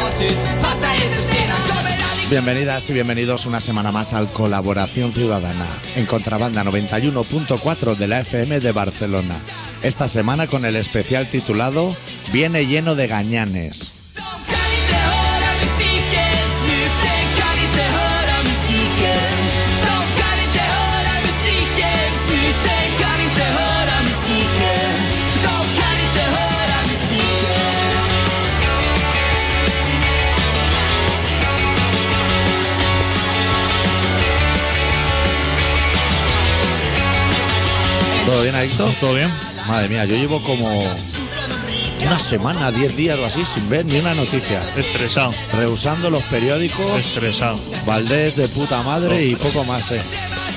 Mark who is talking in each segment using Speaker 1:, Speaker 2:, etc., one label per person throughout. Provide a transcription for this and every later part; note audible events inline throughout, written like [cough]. Speaker 1: noches pasa en tus tiendas, comerán y
Speaker 2: Bienvenidas y bienvenidos una semana más al Colaboración Ciudadana, en contrabanda 91.4 de la FM de Barcelona. Esta semana con el especial titulado Viene lleno de gañanes.
Speaker 1: De kan inte höra musiken, snuten kan inte höra musiken. De kan inte höra musiken, snuten kan inte höra musiken. De kan inte höra musiken.
Speaker 2: ¿Todo bien, Adicto?
Speaker 3: ¿Todo bien?
Speaker 2: Madre mía, yo llevo como una semana, 10 días o así sin ver ni una noticia.
Speaker 3: Estresado.
Speaker 2: Rehusando los periódicos,
Speaker 3: Estresado.
Speaker 2: Valdés de puta madre y poco más, eh.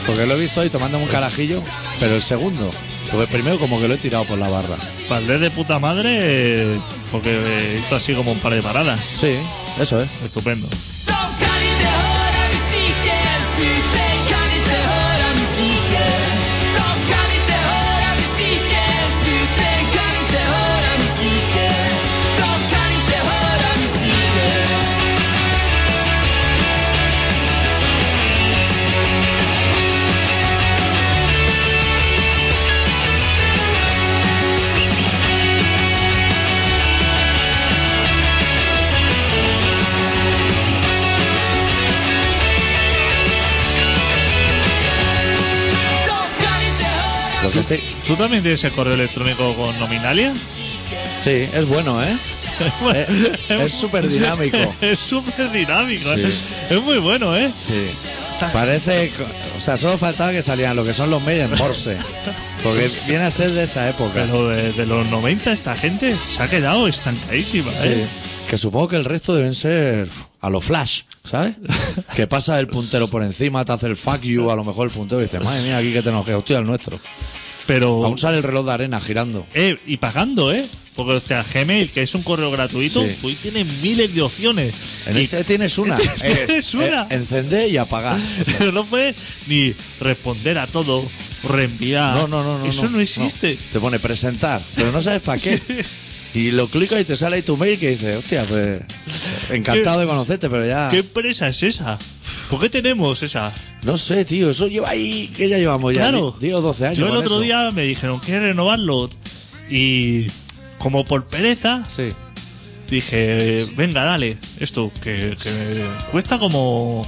Speaker 2: Porque lo he visto hoy tomándome un carajillo, pero el segundo. Porque el primero como que lo he tirado por la barra.
Speaker 3: Valdés de puta madre eh, porque eh, hizo así como un par de paradas.
Speaker 2: Sí, eso es.
Speaker 3: Estupendo.
Speaker 1: De kan inte höra musiken, snuten kan inte höra musiken. De kan inte höra musiken, snuten kan inte höra musiken. De kan inte höra musiken. De kan inte höra
Speaker 2: Lo que sí.
Speaker 3: ¿Tú también tienes el correo electrónico con nominalia?
Speaker 2: Sí, es bueno,
Speaker 3: [laughs]
Speaker 2: ¿eh? Es- es súper dinámico.
Speaker 3: es súper dinámico. ¿eh?
Speaker 2: Sí.
Speaker 3: Es, es muy bueno, ¿eh?
Speaker 2: Sí. Parece. O sea, solo faltaba que salieran lo que son los medios en Morse. Porque viene a ser de esa época.
Speaker 3: Pero ¿eh? de, de los 90 esta gente se ha quedado estancadísima,
Speaker 2: Sí.
Speaker 3: ¿eh?
Speaker 2: Que supongo que el resto deben ser uf, a lo flash, ¿sabes? Que pasa el puntero por encima, te hace el fuck you, a lo mejor el puntero dice, madre mía, aquí que te enojea, hostia, el nuestro.
Speaker 3: Pero...
Speaker 2: Aún sale el reloj de arena girando.
Speaker 3: Eh, y pagando, ¿eh? Porque hostia, Gmail, que es un correo gratuito,
Speaker 2: Sí.
Speaker 3: pues tiene miles de opciones.
Speaker 2: En
Speaker 3: Y-
Speaker 2: ese tienes una.
Speaker 3: [laughs]
Speaker 2: Eh,
Speaker 3: Tienes una.
Speaker 2: encender y apagar.
Speaker 3: Pero [laughs] no puedes ni responder a todo, reenviar.
Speaker 2: No, no, no, no.
Speaker 3: Eso no, existe.
Speaker 2: Te pone presentar, pero no sabes para
Speaker 3: [laughs]
Speaker 2: qué. Y lo clicas y te sale ahí tu mail que dice, hostia, pues encantado de conocerte, pero ya...
Speaker 3: Eh, ¿Qué empresa es esa? ¿Por qué tenemos esa?
Speaker 2: No sé, tío, eso lleva ahí, que ya llevamos ya
Speaker 3: claro.
Speaker 2: 10 o 12 años.
Speaker 3: Yo el
Speaker 2: con
Speaker 3: otro
Speaker 2: eso.
Speaker 3: día me dijeron que renovarlo y como por pereza
Speaker 2: Sí.
Speaker 3: dije, venga, dale, esto que, que cuesta como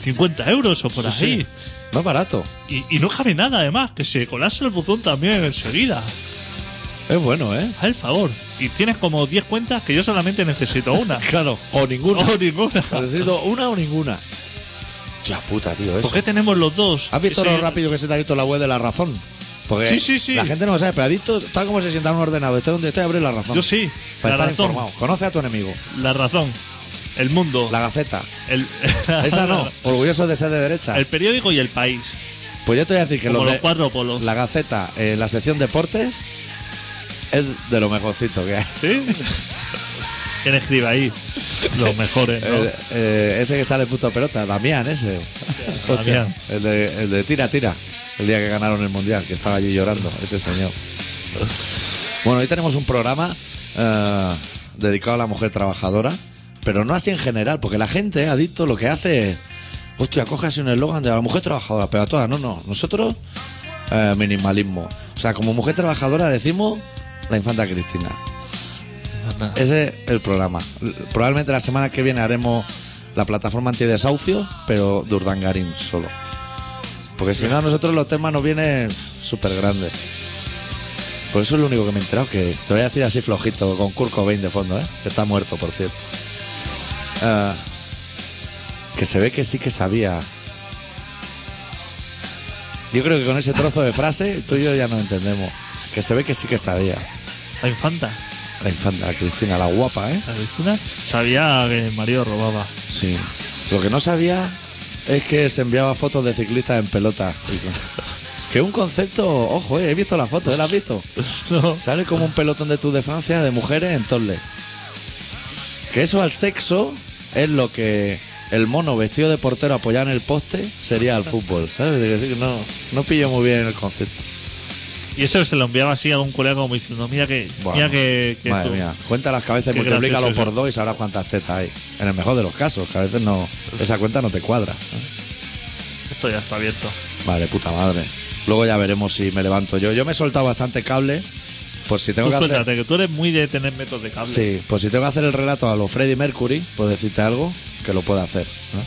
Speaker 3: 50 euros o
Speaker 2: Sí,
Speaker 3: por Pues así.
Speaker 2: sí. No es barato,
Speaker 3: Y, y no cabe nada además, que se colase el botón también enseguida.
Speaker 2: es bueno, ¿eh?
Speaker 3: Haz el favor. Y tienes como 10 cuentas que yo solamente
Speaker 2: [laughs]
Speaker 3: necesito una. [laughs]
Speaker 2: Claro, o ninguna.
Speaker 3: o ninguna.
Speaker 2: Necesito una o ninguna. Hostia puta, tío, eso.
Speaker 3: ¿Por qué tenemos los dos?
Speaker 2: ¿Has visto lo
Speaker 3: Ese-
Speaker 2: rápido que se te ha visto la web de la razón? Porque
Speaker 3: Sí, sí, sí.
Speaker 2: la gente no lo sabe, pero adicto, tal como se sienta en un ordenador, esté donde esté, abre la razón.
Speaker 3: Yo sí,
Speaker 2: Para
Speaker 3: la
Speaker 2: estar
Speaker 3: razón.
Speaker 2: informado. Conoce a tu enemigo,
Speaker 3: La razón. El mundo.
Speaker 2: la
Speaker 3: [laughs]
Speaker 2: gaceta.
Speaker 3: el-
Speaker 2: Esa
Speaker 3: [laughs]
Speaker 2: no, orgulloso de ser de derecha.
Speaker 3: El periódico y el país.
Speaker 2: Pues yo te voy a decir que
Speaker 3: Como
Speaker 2: los
Speaker 3: los
Speaker 2: de-
Speaker 3: cuatro polos.
Speaker 2: La Gaceta, eh, la sección deportes, es de lo mejorcito que hay.
Speaker 3: ¿Sí? ¿Quién escribe ahí?
Speaker 2: [laughs]
Speaker 3: Los mejores, ¿no?
Speaker 2: El- eh, ese que sale puto pelota, Damián, ese. Hostia,
Speaker 3: Damián.
Speaker 2: El, de, el de tira, tira. El día que ganaron el mundial, que estaba allí llorando, ese señor. Bueno, hoy tenemos un programa eh, dedicado a la mujer trabajadora, pero no así en general, porque la gente, adicto, lo que hace es. Hostia, coge así un eslogan de la mujer trabajadora, pero a todas, no, no. Nosotros, eh, minimalismo. O sea, como mujer trabajadora decimos la infanta Cristina. Ese es el programa. L- Probablemente la semana que viene haremos la plataforma antidesahucio, pero de Urdangarín solo. Porque si no, a nosotros los temas nos vienen súper grandes. Por eso es lo único que me he enterado, que te voy a decir así flojito, con Kurt Cobain de fondo, ¿eh? que está muerto, por cierto. Ah, que se ve que sí que sabía. Yo creo que con ese trozo de frase tú y yo ya no entendemos. Que se ve que sí que sabía.
Speaker 3: La infanta.
Speaker 2: La infanta Cristina, la guapa, ¿eh?
Speaker 3: La vecina sabía que el marido robaba. [laughs]
Speaker 2: Sí. Lo que no sabía es que se enviaba fotos de ciclistas en pelota. Que un concepto, ojo, eh, he visto la foto, ¿eh? ¿la has visto?
Speaker 3: No.
Speaker 2: Sale como un pelotón de Tour de Francia de mujeres en Torle. Que eso al sexo es lo que el mono vestido de portero apoyado en el poste sería al fútbol. ¿Sabes? Es decir, no, no pillo muy bien el concepto.
Speaker 3: Y eso se lo enviaba así a un colega como diciendo, mira que,
Speaker 2: Bueno,
Speaker 3: mira que, que
Speaker 2: madre
Speaker 3: tú-
Speaker 2: mía, cuenta las cabezas y
Speaker 3: Qué
Speaker 2: multiplícalo
Speaker 3: gracioso
Speaker 2: por dos y sabrás cuántas tetas hay. En el mejor de los casos, que a veces no esa cuenta no te cuadra. ¿eh?
Speaker 3: esto ya está abierto.
Speaker 2: Vale, puta madre. Luego ya veremos si me levanto yo. Yo me he soltado bastante cable por si tengo
Speaker 3: Tú
Speaker 2: que hacer...
Speaker 3: suéltate, que tú eres muy de tener metros de cable.
Speaker 2: Sí, pues si tengo que hacer el relato a lo Freddie Mercury, pues decirte algo que lo pueda hacer. ¿no?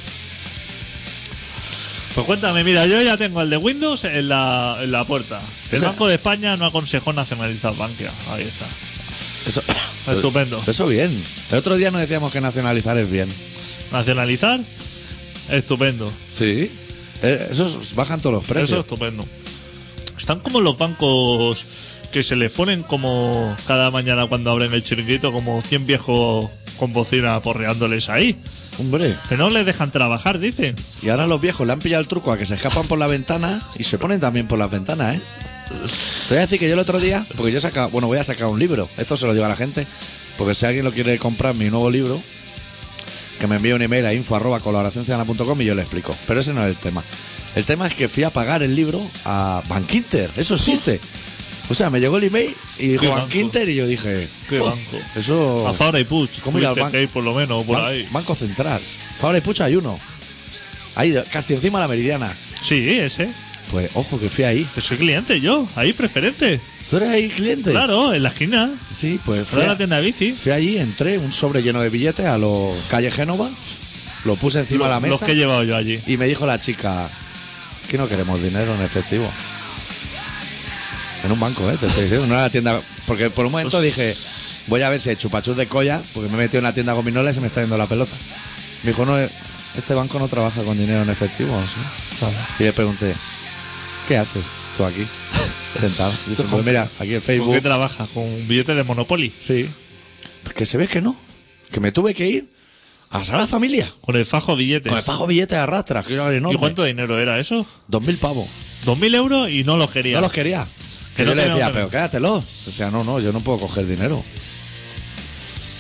Speaker 3: Pues cuéntame, mira, yo ya tengo el de Windows en la, en la puerta. El
Speaker 2: Ese-
Speaker 3: Banco de España no aconsejó nacionalizar Bankia. Ahí está.
Speaker 2: Eso,
Speaker 3: [coughs] Estupendo.
Speaker 2: Eso bien. El otro día nos decíamos que nacionalizar es bien.
Speaker 3: Nacionalizar, estupendo.
Speaker 2: Sí. Eh, Esos bajan todos los precios.
Speaker 3: Eso es estupendo. Están como los bancos que se les ponen como cada mañana cuando abren el chiringuito, como 100 viejos con bocina aporreándoles ahí.
Speaker 2: Hombre.
Speaker 3: Que no les dejan trabajar, dicen.
Speaker 2: Y ahora los viejos le han pillado el truco a que se escapan por la ventana y se ponen también por las ventanas, ¿eh? Te voy a decir que yo el otro día, porque yo saca, bueno, voy a sacar un libro, esto se lo digo a la gente, porque si alguien lo quiere comprar, mi nuevo libro, que me envíe un email a info arroba colaboracionciudadana.com y yo le explico. Pero ese no es el tema. El tema es que fui a pagar el libro a Bankinter, eso existe. O sea, me llegó el email y
Speaker 3: Qué
Speaker 2: dijo
Speaker 3: banco.
Speaker 2: Bankinter y yo dije,
Speaker 3: Qué
Speaker 2: "Oh,
Speaker 3: banco".
Speaker 2: Eso...
Speaker 3: A Fabra y Puig.
Speaker 2: ¿Cómo ir al
Speaker 3: tuviste
Speaker 2: banco?
Speaker 3: que ir por lo menos por
Speaker 2: Ban-
Speaker 3: ahí.
Speaker 2: Banco Central. Fabra y Pucha hay uno. Ahí, casi encima de la meridiana.
Speaker 3: Sí, ese.
Speaker 2: Pues ojo que fui ahí.
Speaker 3: Que soy cliente yo. Ahí preferente.
Speaker 2: ¿Tú eres ahí cliente?
Speaker 3: Claro, en la esquina.
Speaker 2: Sí, pues fui,
Speaker 3: Fuera de
Speaker 2: a-
Speaker 3: la tienda de bici.
Speaker 2: fui allí, entré, un sobre lleno de billetes a los calle Génova, lo puse encima de la
Speaker 3: Los
Speaker 2: mesa
Speaker 3: que he llevado yo allí.
Speaker 2: y me dijo la chica que no queremos dinero en efectivo. En un banco, ¿eh? Te estoy diciendo, no era la tienda. Porque por un
Speaker 3: Pues-
Speaker 2: momento dije, voy a ver si hay chupachus de colla, porque me he metido en la tienda gominola y se me está yendo la pelota. Me dijo, no, eh, este banco no trabaja con dinero en efectivo, ¿sí? Y le pregunté, ¿qué haces tú
Speaker 3: [laughs]
Speaker 2: aquí? Sentado. Dice, pues mira, aquí en
Speaker 3: ¿Con qué
Speaker 2: Facebook.
Speaker 3: trabajas? ¿Con un billete de Monopoly?
Speaker 2: Sí. Porque se ve que no. Que me tuve que ir a la Sagrada Familia.
Speaker 3: ¿Con el fajo billetes?
Speaker 2: Con el pago billetes de arrastra, que era
Speaker 3: ¿Y
Speaker 2: enorme.
Speaker 3: cuánto dinero era eso?
Speaker 2: Dos mil pavos.
Speaker 3: Dos mil euros y no los quería.
Speaker 2: No los quería. Que
Speaker 3: Que no
Speaker 2: yo le
Speaker 3: tenemos
Speaker 2: decía,
Speaker 3: que-
Speaker 2: pero quédatelo. Decía, no, no, yo no puedo coger dinero.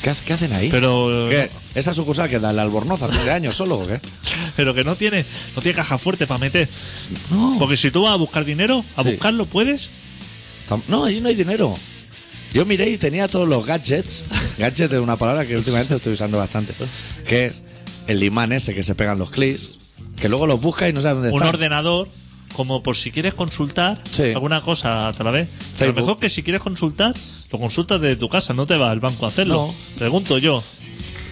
Speaker 2: ¿Qué, ha- qué hacen ahí?
Speaker 3: Pero,
Speaker 2: ¿Qué? ¿Esa sucursal que da el albornoz a fin de año solo o qué?
Speaker 3: pero que no tiene, no tiene caja fuerte para meter.
Speaker 2: No.
Speaker 3: Porque si tú vas a buscar dinero, a
Speaker 2: Sí.
Speaker 3: buscarlo puedes.
Speaker 2: Tam- No, allí no hay dinero. Yo miré y tenía todos los gadgets. Gadget es una palabra que últimamente estoy usando bastante. Que es el imán ese que se pegan los clics. Que luego los buscas y no sabes dónde
Speaker 3: Un
Speaker 2: están.
Speaker 3: ordenador, como por si quieres consultar
Speaker 2: Sí.
Speaker 3: alguna cosa a través. A lo
Speaker 2: Facebook.
Speaker 3: mejor que si quieres consultar, lo consultas desde tu casa, no te vas al banco a hacerlo.
Speaker 2: No.
Speaker 3: Pregunto yo.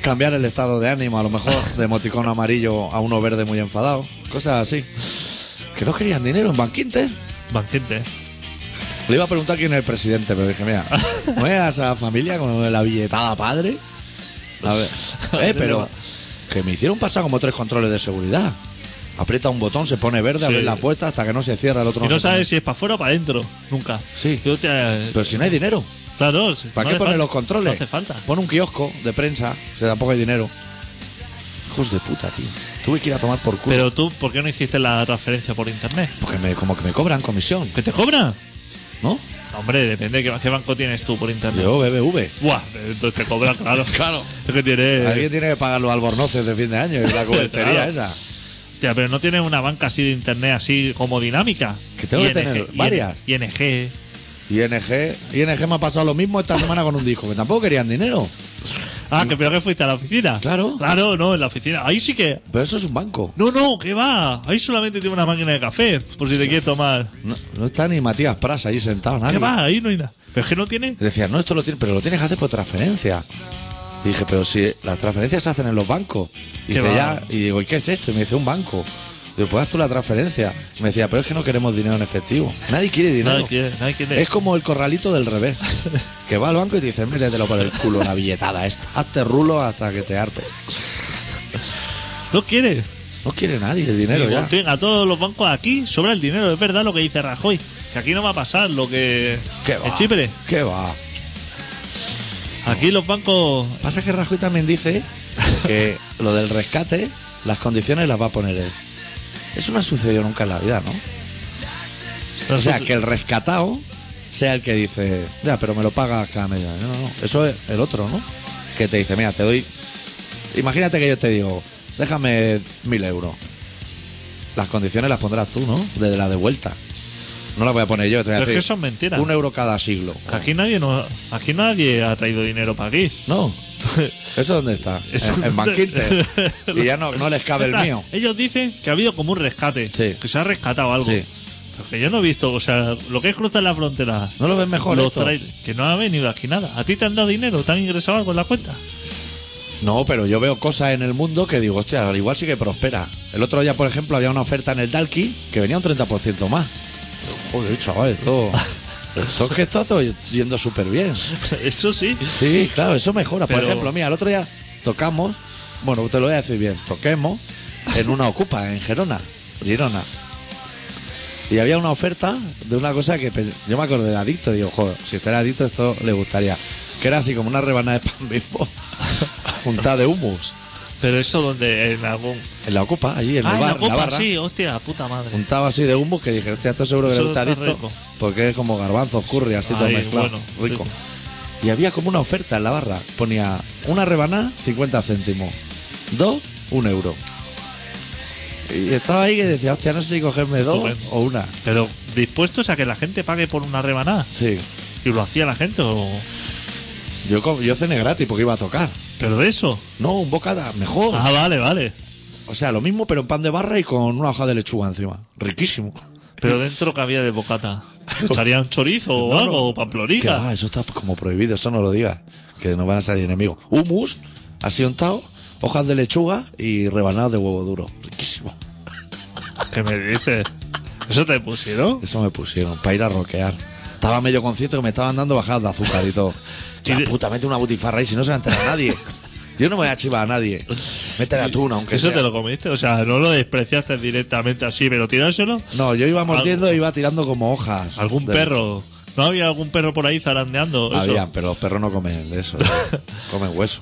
Speaker 2: Cambiar el estado de ánimo, a lo mejor de emoticono amarillo a uno verde muy enfadado. Cosas así. Que no querían dinero en Banquinte.
Speaker 3: Banquete.
Speaker 2: Le iba a preguntar quién es el presidente, pero dije,
Speaker 3: [laughs]
Speaker 2: mira, ¿no es a esa familia con la billetada padre? A ver, eh, pero que me hicieron pasar como tres controles de seguridad. Aprieta un botón, se pone verde, abre
Speaker 3: Sí.
Speaker 2: la puerta hasta que no se cierra el otro.
Speaker 3: Y no
Speaker 2: se pone-
Speaker 3: sabes si es para afuera o para adentro. Nunca.
Speaker 2: Sí.
Speaker 3: Yo te-
Speaker 2: Pero si no hay dinero, ¿para
Speaker 3: claro. no
Speaker 2: qué
Speaker 3: hace
Speaker 2: poner
Speaker 3: falta-
Speaker 2: los controles?
Speaker 3: No hace falta.
Speaker 2: Pon un kiosco de prensa, se tampoco hay dinero. Hijos de puta, tío. Tuve que ir a tomar por culo.
Speaker 3: Pero tú, ¿por qué no hiciste la transferencia por internet?
Speaker 2: Porque me, como que me cobran comisión,
Speaker 3: ¿Que te cobran?
Speaker 2: ¿no?
Speaker 3: Hombre, depende de qué, qué banco tienes tú por internet.
Speaker 2: Yo, BBV.
Speaker 3: Buah, entonces te cobran, claro.
Speaker 2: [laughs] Claro.
Speaker 3: Es que tiene.
Speaker 2: Alguien tiene que pagar los albornoces de fin de año
Speaker 3: [laughs]
Speaker 2: y la cubertería
Speaker 3: Eh. Claro.
Speaker 2: esa.
Speaker 3: Hostia, pero no tienes una banca así de internet así como dinámica.
Speaker 2: Que tengo que tener
Speaker 3: ING,
Speaker 2: varias.
Speaker 3: ING.
Speaker 2: ING, ING me ha pasado lo mismo esta semana con un disco, que tampoco querían dinero.
Speaker 3: Ah, que pero que fuiste a la oficina.
Speaker 2: Claro.
Speaker 3: Claro, no, en la oficina. Ahí sí que.
Speaker 2: Pero eso es un banco.
Speaker 3: No, no, que va. Ahí solamente tiene una máquina de café, por si te quieres tomar.
Speaker 2: No, no está ni Matías Pras ahí sentado, nadie.
Speaker 3: Que va, ahí no hay nada. Pero es que no tiene.
Speaker 2: Decía, no, esto lo tiene, pero lo tienes que hacer por transferencia. Y dije, pero si las transferencias se hacen en los bancos. Y
Speaker 3: ¿Qué
Speaker 2: dice,
Speaker 3: va?
Speaker 2: ya, y digo, ¿y qué es esto? Y me dice, un banco. Digo, pues haz tú la transferencia. Y me decía, pero es que no queremos dinero en efectivo. Nadie quiere dinero.
Speaker 3: Nadie quiere, nadie quiere.
Speaker 2: Es como el corralito del
Speaker 3: [laughs]
Speaker 2: revés. que va al banco y te dice, métetelo por el culo, la billetada esta. Hazte rulo hasta que te harte.
Speaker 3: No quiere.
Speaker 2: No quiere nadie el dinero
Speaker 3: Y
Speaker 2: ya.
Speaker 3: contigo, a todos los bancos aquí sobra el dinero. Es verdad lo que dice Rajoy. Que aquí no va a pasar lo que.
Speaker 2: ¿Qué
Speaker 3: En
Speaker 2: va?
Speaker 3: Chipre.
Speaker 2: ¿Qué va?
Speaker 3: Aquí los bancos.
Speaker 2: Pasa que Rajoy también dice que lo del rescate, las condiciones las va a poner él. Eso no ha sucedido nunca en la vida, ¿no? O sea, que el rescatado sea el que dice, ya, pero me lo paga cada medio año". No, no, eso es el otro, ¿no? Que te dice, mira, te doy... Imagínate que yo te digo, déjame mil euros. Las condiciones las pondrás tú, ¿no? Desde la devuelta. No la voy a poner yo, te voy a
Speaker 3: Pero es
Speaker 2: decir.
Speaker 3: que son mentiras.
Speaker 2: Un euro cada siglo.
Speaker 3: Que Aquí nadie, no, aquí nadie ha traído dinero para aquí.
Speaker 2: No. [laughs] ¿Eso dónde está?
Speaker 3: Eso
Speaker 2: en en
Speaker 3: no te-
Speaker 2: [laughs] Banquinte. Y ya no, no les cabe el
Speaker 3: Está,
Speaker 2: mío.
Speaker 3: Ellos dicen que ha habido como un rescate.
Speaker 2: Sí.
Speaker 3: Que se ha rescatado algo.
Speaker 2: Sí.
Speaker 3: Pero que yo no he visto, o sea, lo que es cruzar la frontera.
Speaker 2: ¿No lo ves mejor
Speaker 3: los
Speaker 2: esto?
Speaker 3: trail- que no ha venido aquí nada. ¿A ti te han dado dinero? ¿Te han ingresado algo en la cuenta? [laughs]
Speaker 2: No, pero yo veo cosas en el mundo que digo, hostia, igual sí que prospera. El otro día, por ejemplo, había una oferta en el Dalki que venía un 30% más. Joder, chaval, [laughs] esto. Esto es que está todo yendo súper bien.
Speaker 3: Eso sí.
Speaker 2: Sí, claro, eso mejora. Por
Speaker 3: Pero-
Speaker 2: ejemplo, mira, el otro día tocamos, bueno, te lo voy a decir bien, toquemos en una ocupa en Gerona, Girona. Y había una oferta de una cosa que pe- yo me acordé de adicto, digo, joder, si fuera adicto esto le gustaría. Que era así como una rebanada de pan bimbo [laughs] juntada de humus
Speaker 3: Pero eso donde en algún.
Speaker 2: en la ocupa, allí en
Speaker 3: ah,
Speaker 2: el
Speaker 3: en
Speaker 2: bar,
Speaker 3: la
Speaker 2: la
Speaker 3: copa,
Speaker 2: barra.
Speaker 3: sí, hostia, puta madre.
Speaker 2: Juntaba así de humus que dije, hostia, esto seguro que le
Speaker 3: Eso
Speaker 2: gusta
Speaker 3: está
Speaker 2: adicto.
Speaker 3: rico.
Speaker 2: Porque es como garbanzos, curry, así todo
Speaker 3: Ay,
Speaker 2: mezclado.
Speaker 3: bueno,
Speaker 2: rico.
Speaker 3: rico.
Speaker 2: Y había como una oferta en la barra. Ponía una rebanada, 50 céntimos. Dos, un euro. Y estaba ahí que decía, hostia, no sé si cogerme dos
Speaker 3: Estupendo.
Speaker 2: o una.
Speaker 3: Pero dispuestos a que la gente pague por una rebanada.
Speaker 2: Sí.
Speaker 3: Y lo hacía la gente. o-
Speaker 2: Yo, co- yo cené gratis porque iba a tocar.
Speaker 3: Pero de eso.
Speaker 2: No, un bocata, mejor.
Speaker 3: Ah, vale, vale.
Speaker 2: O sea, lo mismo, pero en pan de barra y con una hoja de lechuga encima. Riquísimo.
Speaker 3: Pero dentro que había
Speaker 2: [laughs]
Speaker 3: de bocata. ¿Echaría un chorizo o
Speaker 2: No,
Speaker 3: algo?
Speaker 2: no.
Speaker 3: ¿O
Speaker 2: Que
Speaker 3: pamplonita?
Speaker 2: va, eso está como prohibido, eso no lo digas. Que nos van a salir enemigos. Humus, así untado, hojas de lechuga y rebanadas de huevo duro. Riquísimo.
Speaker 3: ¿Qué me dices? ¿Eso te pusieron?
Speaker 2: Eso me pusieron, para ir a roquear. Estaba medio concierto que me estaban dando bajadas de azúcar y
Speaker 3: [laughs]
Speaker 2: todo. La
Speaker 3: Y-
Speaker 2: puta, mete una butifarra ahí si no se va a enterar nadie. Yo no me voy a chivar a nadie. Mete la tuna, aunque
Speaker 3: ¿Eso
Speaker 2: sea.
Speaker 3: te lo comiste? O sea, no lo despreciaste directamente así, pero tirárselo.
Speaker 2: No, yo iba mordiendo e iba tirando como hojas.
Speaker 3: ¿Algún
Speaker 2: de-
Speaker 3: perro? ¿No había algún perro por ahí zarandeando? Eso.
Speaker 2: Habían, pero los perros no comen de eso.
Speaker 3: [laughs]
Speaker 2: comen hueso.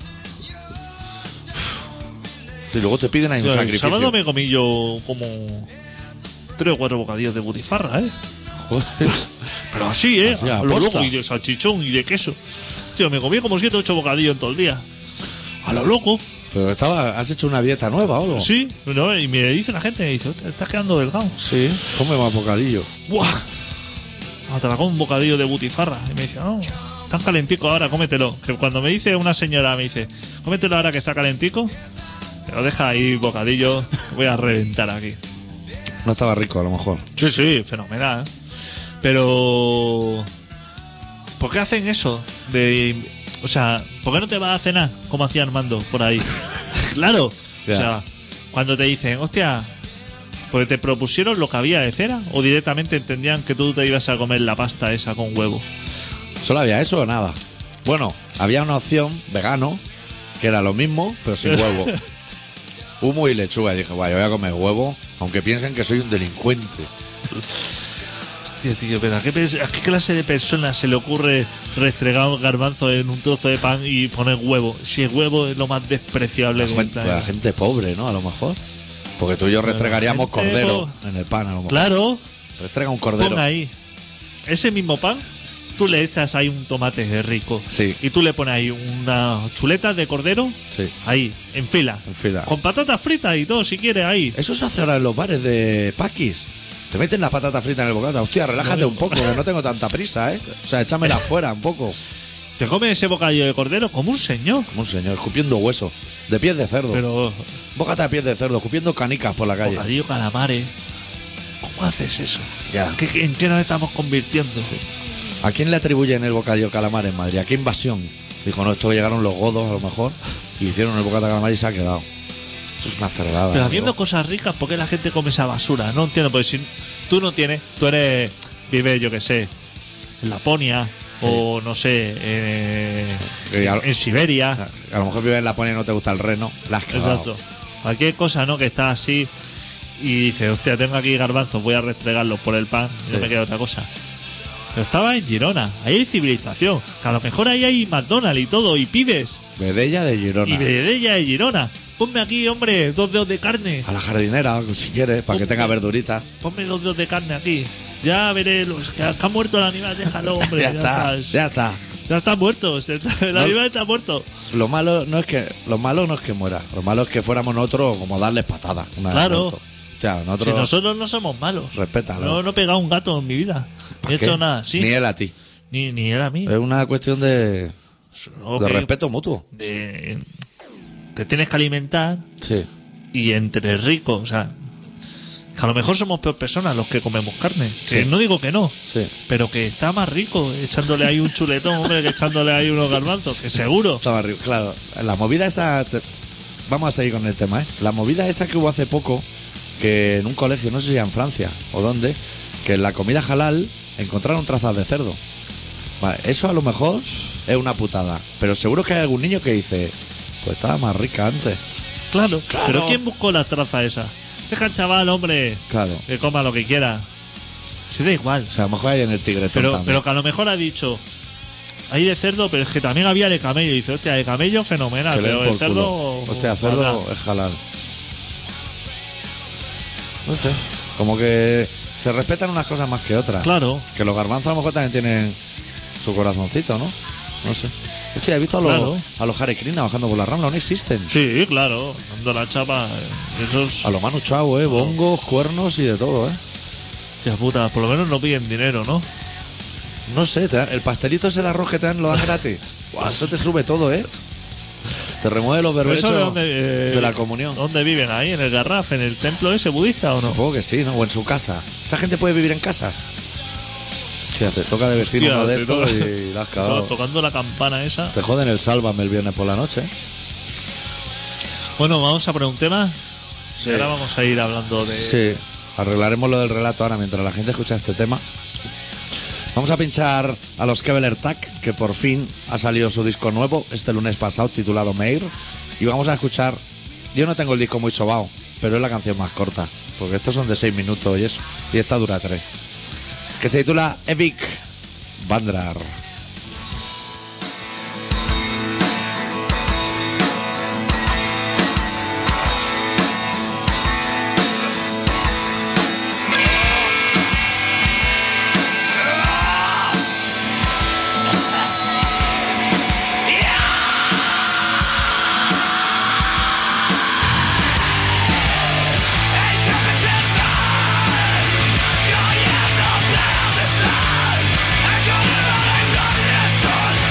Speaker 2: Si luego te piden ahí un
Speaker 3: Tío, el
Speaker 2: sacrificio.
Speaker 3: sábado me comí yo como tres o cuatro bocadillos de butifarra, ¿eh?
Speaker 2: Joder.
Speaker 3: Pero así, ¿eh?
Speaker 2: Así, a
Speaker 3: Lo
Speaker 2: posta.
Speaker 3: loco, y de salchichón y de queso. Tío, me comí como siete o ocho bocadillos en todo el día. A lo loco.
Speaker 2: Pero estaba, has hecho una dieta nueva o algo.
Speaker 3: Sí, no, y me dice la gente, me dice, "Hostia, estás quedando delgado.
Speaker 2: Sí. Come más bocadillo.
Speaker 3: ¡Buah! Ah, Atracó un bocadillo de butifarra. Y me dice, no, tan calentico ahora, cómetelo. Que cuando me dice una señora, me dice, cómetelo ahora que está calentico. Pero deja ahí bocadillo, que voy a reventar aquí.
Speaker 2: No estaba rico a lo mejor.
Speaker 3: Sí, sí, fenomenal. Pero... ¿Por qué hacen eso? De, o sea, ¿por qué no te vas a cenar como hacía Armando por [laughs] ahí? claro.
Speaker 2: Ya.
Speaker 3: O sea, cuando te dicen, hostia, porque te propusieron lo que había de cera o directamente entendían que tú te ibas a comer la pasta esa con huevo.
Speaker 2: ¿Solo había eso o nada? Bueno, había una opción vegano, que era lo mismo, pero sin
Speaker 3: [laughs]
Speaker 2: huevo. Humo y lechuga. Y dije, guay, voy a comer huevo, aunque piensen que soy un delincuente.
Speaker 3: Hostia, tío, pero ¿a qué, pers- a qué clase de persona se le ocurre restregar un garbanzo en un trozo de pan y poner huevo? Si el huevo es lo más despreciable
Speaker 2: La
Speaker 3: que
Speaker 2: gente,
Speaker 3: hay.
Speaker 2: la gente pobre, ¿no? A lo mejor. Porque tú y yo restregaríamos
Speaker 3: gente
Speaker 2: cordero en el pan, a lo mejor.
Speaker 3: Claro.
Speaker 2: Restrega un
Speaker 3: Pon
Speaker 2: cordero.
Speaker 3: ahí ese mismo pan, tú le echas ahí un tomate rico.
Speaker 2: Sí.
Speaker 3: Y tú le pones ahí una chuleta de cordero.
Speaker 2: Sí.
Speaker 3: Ahí, en fila.
Speaker 2: En fila.
Speaker 3: Con patatas fritas y todo, si quieres, ahí.
Speaker 2: Eso se hace ahora en los bares de Paquis. Te meten la patata frita en el bocata. Hostia, relájate un poco, que no tengo tanta prisa, ¿eh? O sea,
Speaker 3: [laughs]
Speaker 2: échamela afuera un poco.
Speaker 3: Te comes ese bocadillo de cordero como un señor.
Speaker 2: Como un señor, escupiendo hueso. De pies de cerdo.
Speaker 3: Pero
Speaker 2: Bocata de pies de cerdo, escupiendo canicas por la calle.
Speaker 3: bocadillo calamares. ¿Cómo haces eso?
Speaker 2: Ya.
Speaker 3: ¿Qué- qué- ¿En qué nos estamos convirtiendo?
Speaker 2: ¿A quién le atribuyen el bocadillo calamar en Madrid? ¿A qué invasión? Dijo, no, esto llegaron los godos a lo mejor y hicieron el bocata calamar y se ha quedado. Eso es una cerdada.
Speaker 3: Pero
Speaker 2: amigo.
Speaker 3: haciendo cosas ricas, ¿por qué la gente come esa basura? No entiendo, porque si tú no tienes, tú eres, vives, yo que sé, en Laponia, o no sé, eh,
Speaker 2: Que al- Ah,
Speaker 3: en Siberia,
Speaker 2: A lo mejor vives en Laponia y no te gusta el reno. La has cagado.
Speaker 3: exacto. Cualquier cosa, ¿no? Que está así y dices, hostia, tengo aquí garbanzos, voy a restregarlos por el pan, y no
Speaker 2: Sí.
Speaker 3: me queda otra cosa. Pero estaba en Girona, ahí hay civilización, que a lo mejor ahí hay McDonald's y todo, y pibes,
Speaker 2: Vedella de Girona.
Speaker 3: y Vedella y Girona. Ponme aquí, hombre, dos dedos de carne.
Speaker 2: A la jardinera, si quieres, para que
Speaker 3: Hombre.
Speaker 2: tenga verduritas.
Speaker 3: Ponme dos dedos de carne aquí. Ya veré los que ha, que ha muerto el animal, déjalo, [laughs]
Speaker 2: [laughs]
Speaker 3: hombre.
Speaker 2: ya, está,
Speaker 3: está,
Speaker 2: ya está.
Speaker 3: ya está muerto. se está- el
Speaker 2: No.
Speaker 3: animal está muerto.
Speaker 2: Lo malo no es que lo malo no es que muera, lo malo es que fuéramos nosotros como darles patadas. una vez
Speaker 3: Claro.
Speaker 2: muerto. O sea,
Speaker 3: Si
Speaker 2: nosotros.
Speaker 3: nosotros no somos malos.
Speaker 2: Respétalo.
Speaker 3: No, no he pegado un gato en mi vida. Ni he
Speaker 2: ¿Qué?
Speaker 3: hecho nada, sí.
Speaker 2: Ni él a ti.
Speaker 3: Ni, ni él a mí.
Speaker 2: Es una cuestión de,
Speaker 3: Ok,
Speaker 2: de respeto mutuo.
Speaker 3: de- te tienes que alimentar
Speaker 2: Sí.
Speaker 3: y entre ricos, o sea, que a lo mejor somos peor personas los que comemos carne. Que
Speaker 2: Sí.
Speaker 3: no digo que no,
Speaker 2: Sí.
Speaker 3: pero que está más rico echándole ahí un chuletón, hombre, que echándole ahí unos garbanzos, que seguro.
Speaker 2: Estaba arriba. Claro, la movida esa. te- Vamos a seguir con el tema, ¿eh? La movida esa que hubo hace poco, que en un colegio, no sé si era en Francia o dónde, que en la comida halal encontraron trazas de cerdo. Vale, eso a lo mejor es una putada, pero seguro que hay algún niño que dice, pues estaba más rica antes.
Speaker 3: Claro,
Speaker 2: Claro.
Speaker 3: pero ¿quién buscó la traza esa? Deja al chaval, hombre,
Speaker 2: Claro.
Speaker 3: que coma lo que quiera. Si da igual.
Speaker 2: O sea, a lo mejor hay en el tigre
Speaker 3: Pero,
Speaker 2: también.
Speaker 3: pero que a lo mejor ha dicho, hay de cerdo, pero es que también había de camello. Y dice, hostia, de camello fenomenal,
Speaker 2: Que le den
Speaker 3: pero de
Speaker 2: por
Speaker 3: cerdo.
Speaker 2: culo. Hostia, cerdo
Speaker 3: fatal".
Speaker 2: es halal. No sé. Como que se respetan unas cosas más que otras.
Speaker 3: Claro.
Speaker 2: Que los garbanzos a lo mejor también tienen su corazoncito, ¿no? No sé. Hostia, he visto a los,
Speaker 3: Claro.
Speaker 2: a los Hare Krishna bajando por la rambla, no existen.
Speaker 3: Sí, claro, dando la chapa. eh, Esos.
Speaker 2: A los Manu Chao, ¿eh? Bongos, cuernos y de todo, ¿eh?
Speaker 3: Hostia puta, por lo menos no piden dinero, ¿no?
Speaker 2: No sé, te dan- el pastelito ese de arroz que te dan lo dan
Speaker 3: [laughs]
Speaker 2: gratis. Guau, Eso te sube todo, ¿eh? Te remueve los berberechos
Speaker 3: ¿Eso de dónde, eh,
Speaker 2: de la comunión.
Speaker 3: ¿Dónde viven ahí? ¿En el garraf? ¿En el templo ese budista o no?
Speaker 2: Supongo que sí, ¿no? O en su casa. Esa gente puede vivir en casas. Hostia, te toca de vestir
Speaker 3: Hostia,
Speaker 2: uno de
Speaker 3: [laughs] te
Speaker 2: estos
Speaker 3: toca-
Speaker 2: y la has
Speaker 3: Claro,
Speaker 2: cagado.
Speaker 3: tocando la campana esa.
Speaker 2: Te joden el sálvame el viernes por la noche. ¿eh?
Speaker 3: Bueno, vamos a poner un tema.
Speaker 2: Sí.
Speaker 3: Ahora vamos a ir hablando de.
Speaker 2: Sí, arreglaremos lo del relato ahora mientras la gente escucha este tema. Vamos a pinchar a los Keveler Tack, que por fin ha salido su disco nuevo este lunes pasado titulado Meir. Y vamos a escuchar. Yo no tengo el disco muy sobao, pero es la canción más corta, porque estos son de 6 minutos y eso. Y esta dura 3. Que se titula Epic Vandrar.
Speaker 1: I'm gonna run and go.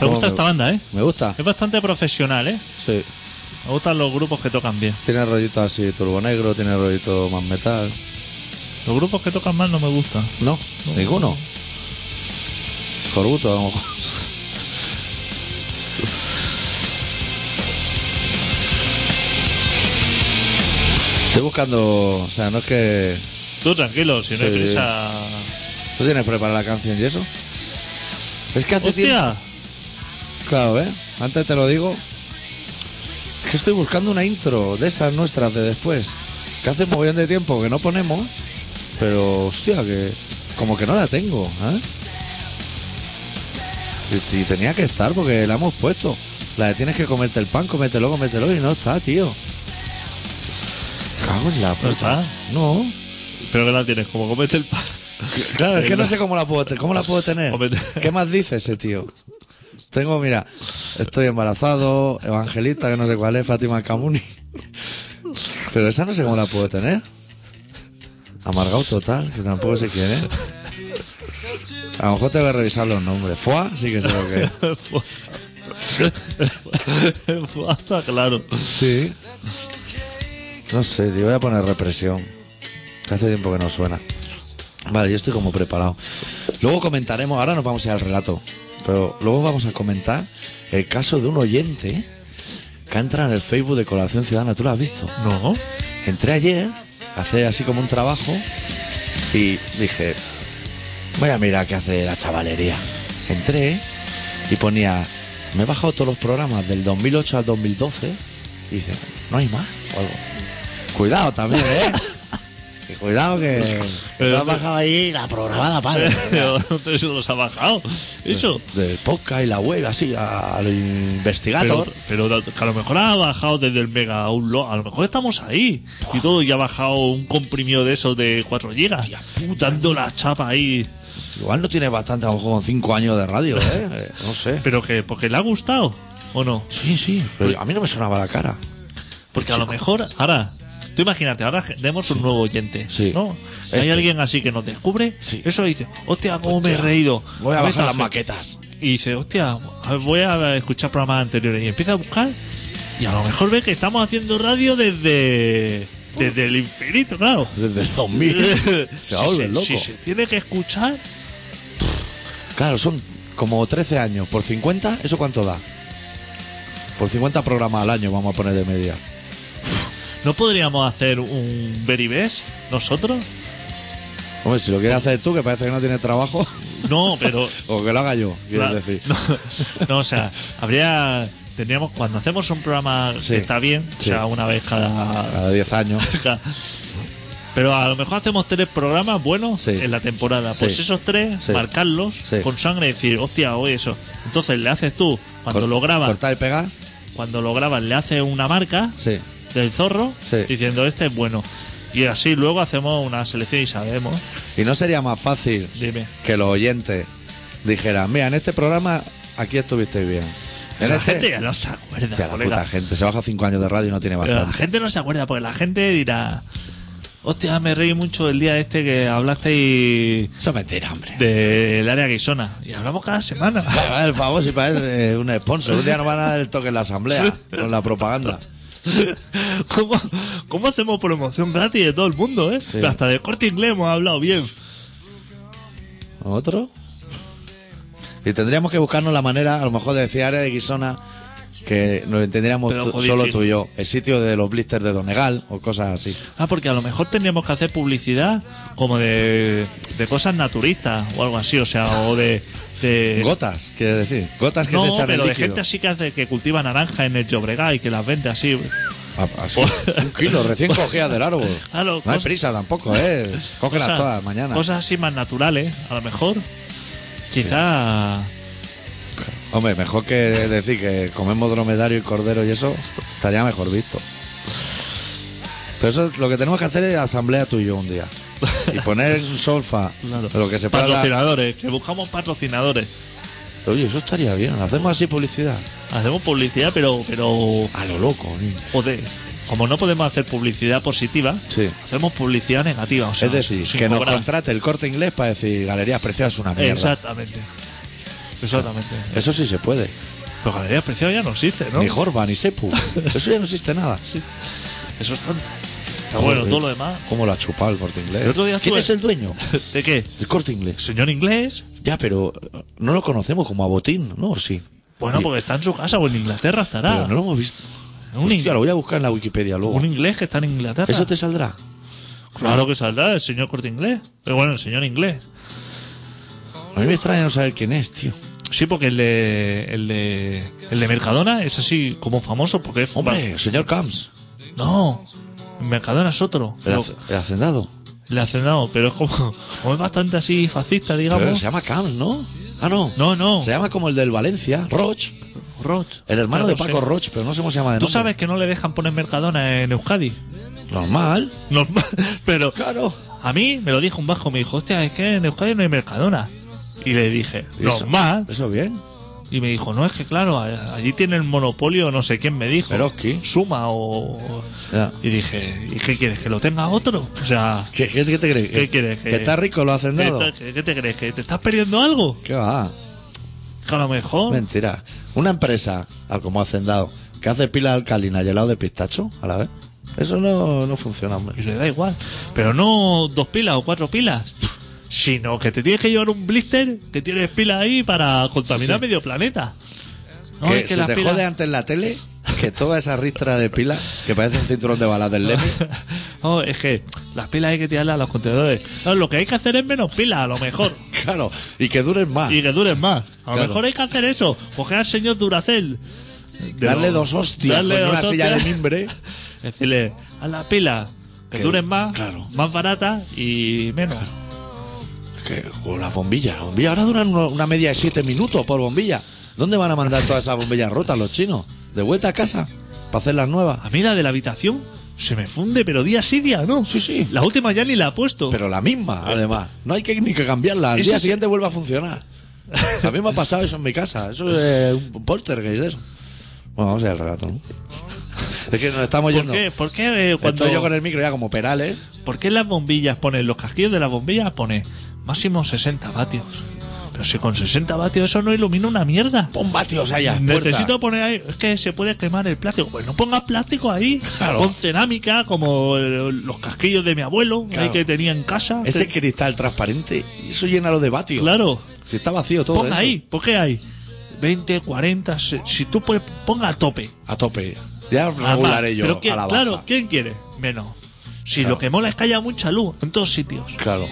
Speaker 3: Me gusta
Speaker 2: me
Speaker 3: esta banda, ¿eh?
Speaker 2: Me gusta.
Speaker 3: Es bastante profesional, ¿eh?
Speaker 2: Sí.
Speaker 3: Me gustan los grupos que tocan bien.
Speaker 2: Tiene rollito así turbo negro, tiene rollito más metal.
Speaker 3: Los grupos que tocan mal no me gustan.
Speaker 2: No, ninguno. Corbuto, a lo mejor. Estoy buscando, o sea, no es que
Speaker 3: Tú tranquilo, si no hay
Speaker 2: Sí.
Speaker 3: prisa.
Speaker 2: ¿Tú tienes preparada la canción y eso? Es que hace tiempo.
Speaker 3: ¡Hostia!
Speaker 2: Claro, ¿eh? Antes te lo digo. Es que estoy buscando una intro de esas nuestras de después. Que hace un mogollón de tiempo que no ponemos. Pero, hostia, que. Como que no la tengo, ¿eh? Y, y tenía que estar porque la hemos puesto. La de tienes que comerte el pan, comételo, comételo. Y no está, tío. Cago en la puta.
Speaker 3: está?
Speaker 2: No.
Speaker 3: Pero que la tienes, como comete
Speaker 2: [laughs]
Speaker 3: el pan.
Speaker 2: Claro, es que no sé cómo la puedo, te- cómo la puedo tener.
Speaker 3: Hombre,
Speaker 2: ¿Qué más dice ese tío? Tengo, mira, estoy embarazado, evangelista, que no sé cuál es, Fátima Camuni. Pero esa no sé cómo la puedo tener. Amargado total, que tampoco sé quién es. A lo mejor te voy a revisar los nombres. Fua, sí que sé lo que es.
Speaker 3: Fua, Está claro.
Speaker 2: Sí. No sé, tío, voy a poner represión. Que hace tiempo que no suena. Vale, yo estoy como preparado. Luego comentaremos, ahora nos vamos a ir al relato, pero luego vamos a comentar el caso de un oyente que entra en el Facebook de Colaboración Ciudadana. ¿Tú lo has visto?
Speaker 3: No. [laughs]
Speaker 2: Entré ayer a hacer así como un trabajo y dije, voy a mirar qué hace la chavalería. Entré y ponía, me he bajado todos los programas del 2008 al 2012 y dice, no hay más o algo. Cuidado también, [laughs] ¿eh? Que cuidado que, que lo has bajado ahí la programada, padre. [laughs]
Speaker 3: Entonces se los ha bajado. Eso.
Speaker 2: Del podcast y la web, así, al
Speaker 3: Pero,
Speaker 2: investigador.
Speaker 3: pero que a lo mejor ha bajado desde el mega a un lo- A lo mejor estamos ahí. Y todo, y ha bajado un comprimido de esos de 4 gigas. Dando la chapa ahí.
Speaker 2: Igual no tiene bastante, a lo mejor con 5 años de radio, ¿eh? Eh, [laughs] No sé.
Speaker 3: Pero que, porque le ha gustado. ¿O no?
Speaker 2: Sí, sí, pero a mí no me sonaba la cara.
Speaker 3: Porque a lo mejor, ahora, tú imagínate, ahora tenemos un nuevo oyente,
Speaker 2: Sí.
Speaker 3: ¿no? Si hay
Speaker 2: Este.
Speaker 3: alguien así que nos descubre,
Speaker 2: Sí.
Speaker 3: eso dice, hostia, cómo me he reído.
Speaker 2: Voy a
Speaker 3: Vete
Speaker 2: bajar las
Speaker 3: hacer-
Speaker 2: maquetas.
Speaker 3: Y dice, hostia, a ver, voy a escuchar programas anteriores. Y empieza a buscar, y a lo mejor ve que estamos haciendo radio desde. Desde el infinito, claro.
Speaker 2: Desde el
Speaker 3: [laughs]
Speaker 2: 2000. [laughs] se va a
Speaker 3: Si
Speaker 2: volver loco.
Speaker 3: Si se tiene que escuchar,
Speaker 2: Claro, son como 13 años. Por 50, ¿eso cuánto da? Por 50 programas al año vamos a poner de media.
Speaker 3: ¿no podríamos hacer un beribés nosotros?
Speaker 2: Hombre, si lo quieres hacer tú, que parece que no tienes trabajo, [laughs]
Speaker 3: No, pero
Speaker 2: o que lo haga yo, quieres
Speaker 3: Claro.
Speaker 2: decir.
Speaker 3: [laughs] No, no, o sea, habría. Tendríamos, cuando hacemos un programa
Speaker 2: Sí.
Speaker 3: que está bien, o
Speaker 2: Sí.
Speaker 3: sea, una vez cada.
Speaker 2: Cada 10 años.
Speaker 3: cada- Pero a lo mejor hacemos tres programas buenos
Speaker 2: Sí.
Speaker 3: en la temporada. Pues
Speaker 2: Sí.
Speaker 3: esos tres,
Speaker 2: Sí.
Speaker 3: marcarlos
Speaker 2: Sí.
Speaker 3: con sangre y decir, hostia, hoy eso. Entonces le haces tú, cuando
Speaker 2: Cor-
Speaker 3: lo grabas,
Speaker 2: Cortar y pegar,
Speaker 3: cuando lo grabas, le haces una marca
Speaker 2: sí.
Speaker 3: del zorro
Speaker 2: Sí.
Speaker 3: diciendo, este es bueno. Y así luego hacemos una selección y sabemos.
Speaker 2: ¿Y no sería más fácil
Speaker 3: Dime.
Speaker 2: que los oyentes dijeran, mira, en este programa aquí estuvisteis bien? En
Speaker 3: La
Speaker 2: este...
Speaker 3: gente ya no se acuerda.
Speaker 2: O sea, la
Speaker 3: colega.
Speaker 2: puta gente se baja 5 años de radio y no tiene
Speaker 3: Pero la
Speaker 2: bastante.
Speaker 3: gente no se acuerda, porque la gente dirá, hostia, me reí mucho el día este que hablasteis
Speaker 2: Eso es mentira, hombre.
Speaker 3: del área guisona. Y hablamos cada
Speaker 2: [laughs]
Speaker 3: semana.
Speaker 2: Haga el favor si parece eh, un sponsor. Un día nos van a dar el toque en la asamblea con la propaganda.
Speaker 3: ¿Cómo, cómo hacemos promoción gratis de todo el mundo, eh? Hasta de corte inglés hemos hablado bien.
Speaker 2: ¿Otro? Y tendríamos que buscarnos la manera, a lo mejor, de decir área de Guisona, que nos entendiéramos
Speaker 3: Pero
Speaker 2: tú-
Speaker 3: codifi-
Speaker 2: solo tú y yo. El sitio de los blisters de Donegal o cosas así.
Speaker 3: Ah, porque a lo mejor tendríamos que hacer publicidad como de, de cosas naturistas o algo así, o sea, o de. de-
Speaker 2: Gotas, quiere decir. Gotas que
Speaker 3: Eh. no,
Speaker 2: se echan
Speaker 3: pero
Speaker 2: en
Speaker 3: de
Speaker 2: líquido.
Speaker 3: gente así que hace que cultiva naranja en el Llobregat y que las vende así.
Speaker 2: Ah,
Speaker 3: [laughs]
Speaker 2: así. Un kilo, recién cogidas del árbol.
Speaker 3: Claro,
Speaker 2: no hay
Speaker 3: cosas-
Speaker 2: prisa tampoco, ¿eh? Cógelas
Speaker 3: Cosas-
Speaker 2: todas mañana.
Speaker 3: Cosas así más naturales, a lo mejor. Quizá.
Speaker 2: Hombre, mejor que decir que comemos dromedario y cordero y eso, estaría mejor visto. Pero eso es lo que tenemos que hacer es asamblea tú y yo un día. Y poner en solfa lo que se pueda.
Speaker 3: Patrocinadores, que buscamos patrocinadores.
Speaker 2: Oye, eso estaría bien. Hacemos así publicidad.
Speaker 3: Hacemos publicidad, pero. pero
Speaker 2: A lo loco. niño.
Speaker 3: joder, como no podemos hacer publicidad positiva,
Speaker 2: Sí.
Speaker 3: hacemos publicidad negativa. O sea,
Speaker 2: Es decir,
Speaker 3: sin
Speaker 2: que nos
Speaker 3: cobrar.
Speaker 2: contrate el corte inglés para decir galerías preciosas es una mierda.
Speaker 3: Exactamente. Exactamente.
Speaker 2: Eso sí se puede.
Speaker 3: Pero galerías preciadas ya no existe, ¿no?
Speaker 2: Ni Jorba, ni
Speaker 3: [laughs]
Speaker 2: Sepu. Eso ya no existe nada.
Speaker 3: Eso es tan. Bueno,
Speaker 2: Joder,
Speaker 3: todo lo demás.
Speaker 2: ¿Cómo lo ha chupado el corte inglés?
Speaker 3: El otro día
Speaker 2: ¿Quién
Speaker 3: estuve-
Speaker 2: es el dueño?
Speaker 3: ¿De qué?
Speaker 2: El corte inglés.
Speaker 3: Señor inglés.
Speaker 2: Ya, pero eh, no lo conocemos como a botín, ¿no? ¿O Sí.
Speaker 3: Bueno,
Speaker 2: Oye,
Speaker 3: porque está en su casa o en Inglaterra estará.
Speaker 2: Pero no lo hemos visto.
Speaker 3: Un in-
Speaker 2: Hostia, lo voy a buscar en la Wikipedia luego.
Speaker 3: Un inglés que está en Inglaterra.
Speaker 2: ¿Eso te saldrá?
Speaker 3: Claro que saldrá el señor corte inglés. Pero bueno, el señor inglés.
Speaker 2: A mí me extraña no saber quién es, tío.
Speaker 3: Sí, porque el de, el de, el de Mercadona es así como famoso porque es...
Speaker 2: Hombre, señor Camps,
Speaker 3: No, Mercadona es otro.
Speaker 2: el,
Speaker 3: Pero
Speaker 2: hac- el hacendado.
Speaker 3: le hacen dado, pero es como, como es bastante así fascista,
Speaker 2: Pero
Speaker 3: digamos.
Speaker 2: se llama Camps, ¿no? Ah, no.
Speaker 3: No, no.
Speaker 2: Se llama como el del Valencia, Roch.
Speaker 3: Roch.
Speaker 2: El hermano de
Speaker 3: Claro,
Speaker 2: Paco
Speaker 3: sí.
Speaker 2: Roch, pero no sé cómo se llama de
Speaker 3: Tú
Speaker 2: nombre.
Speaker 3: sabes que no le dejan poner Mercadona en Euskadi.
Speaker 2: Normal.
Speaker 3: Normal, [laughs] pero
Speaker 2: Claro.
Speaker 3: a mí me lo dijo un vasco, me dijo, hostia, es que en Euskadi no hay Mercadona. Y le dije,
Speaker 2: ¿Y eso?
Speaker 3: normal.
Speaker 2: Eso bien.
Speaker 3: Y me dijo, no, es que claro, a- allí tiene el monopolio, no sé quién me dijo.
Speaker 2: Eroski.
Speaker 3: Suma o...
Speaker 2: Ya.
Speaker 3: Y dije, ¿y qué quieres? ¿Que lo tenga otro? O sea,
Speaker 2: ¿Qué, qué- qué te crees?
Speaker 3: ¿Qué quieres?
Speaker 2: ¿Que
Speaker 3: ¿Que-
Speaker 2: está rico lo
Speaker 3: ¿qué,
Speaker 2: hacendado?
Speaker 3: tal- qué- qué te crees? ¿Que te estás perdiendo algo?
Speaker 2: ¿Qué va?
Speaker 3: Que a lo mejor...
Speaker 2: Mentira. Una empresa, ah, como hacendado, que hace pila alcalina y helado de pistacho, a la vez. Eso no, no funciona, hombre.
Speaker 3: Y le da igual. Pero no dos pilas o cuatro pilas. Sino que te tienes que llevar un blister que tienes pilas ahí para contaminar medio planeta. No,
Speaker 2: que
Speaker 3: es
Speaker 2: se
Speaker 3: las
Speaker 2: te
Speaker 3: pilas-
Speaker 2: jode antes la tele que toda esa ristra de pila que parece un cinturón de balas del
Speaker 3: [laughs]
Speaker 2: Leme.
Speaker 3: No, Oh, es que las pilas hay que tirarlas a los contenedores. No, lo que hay que hacer es menos pilas, a lo mejor.
Speaker 2: Claro, y que duren más.
Speaker 3: y que duren más. A lo
Speaker 2: Claro.
Speaker 3: mejor hay que hacer eso. Coger al señor Duracel. De
Speaker 2: Darle
Speaker 3: lo-
Speaker 2: dos hostias
Speaker 3: darle
Speaker 2: con
Speaker 3: dos
Speaker 2: una silla de
Speaker 3: hostias.
Speaker 2: mimbre.
Speaker 3: [laughs] Decirle, a las pilas que,
Speaker 2: Que-
Speaker 3: duren más,
Speaker 2: claro.
Speaker 3: más baratas y menos.
Speaker 2: Que, o las bombillas, las bombillas. Ahora duran uno- una media de siete minutos por bombilla. ¿Dónde van a mandar todas esas bombillas rotas los chinos? ¿De vuelta a casa? ¿Para hacer las nuevas?
Speaker 3: A mí la de la habitación se me funde, pero día sí día, ¿no?
Speaker 2: Sí, sí.
Speaker 3: La última ya ni la he puesto.
Speaker 2: Pero la misma, además. No hay que ni que cambiarla. Al
Speaker 3: Eso
Speaker 2: día
Speaker 3: sí.
Speaker 2: siguiente vuelve a funcionar. A mí me ha pasado eso en mi casa. Eso es un póster que es de eso. Bueno, vamos a ir al relato,
Speaker 3: [laughs]
Speaker 2: ¿no? Es que nos estamos
Speaker 3: ¿Por
Speaker 2: yendo.
Speaker 3: qué? ¿Por qué eh, cuando
Speaker 2: Estoy yo con el micro ya como perales.
Speaker 3: ¿Por qué las bombillas ponen los casquillos de las bombillas pone máximo 60 vatios? Pero si con 60 vatios eso no ilumina una mierda.
Speaker 2: Pon vatios allá. puerta.
Speaker 3: Necesito poner ahí, es que se puede quemar el plástico. Pues no pongas plástico ahí,
Speaker 2: Claro.
Speaker 3: pon cerámica como eh, los casquillos de mi abuelo ahí
Speaker 2: Claro.
Speaker 3: que tenía en casa.
Speaker 2: Ese
Speaker 3: Te-
Speaker 2: cristal transparente, eso llena lo de vatios.
Speaker 3: Claro,
Speaker 2: Si está vacío todo. ¿eh?
Speaker 3: ponga
Speaker 2: dentro.
Speaker 3: ahí, ¿por qué hay? 20, 40, se- si tú puedes, ponga a tope.
Speaker 2: A tope. Ya
Speaker 3: Además,
Speaker 2: regularé yo
Speaker 3: Ah, pero ¿quién-
Speaker 2: a la baja.
Speaker 3: Claro, ¿quién quiere? Menos. Si lo que mola es que haya mucha luz en todos sitios.
Speaker 2: Claro.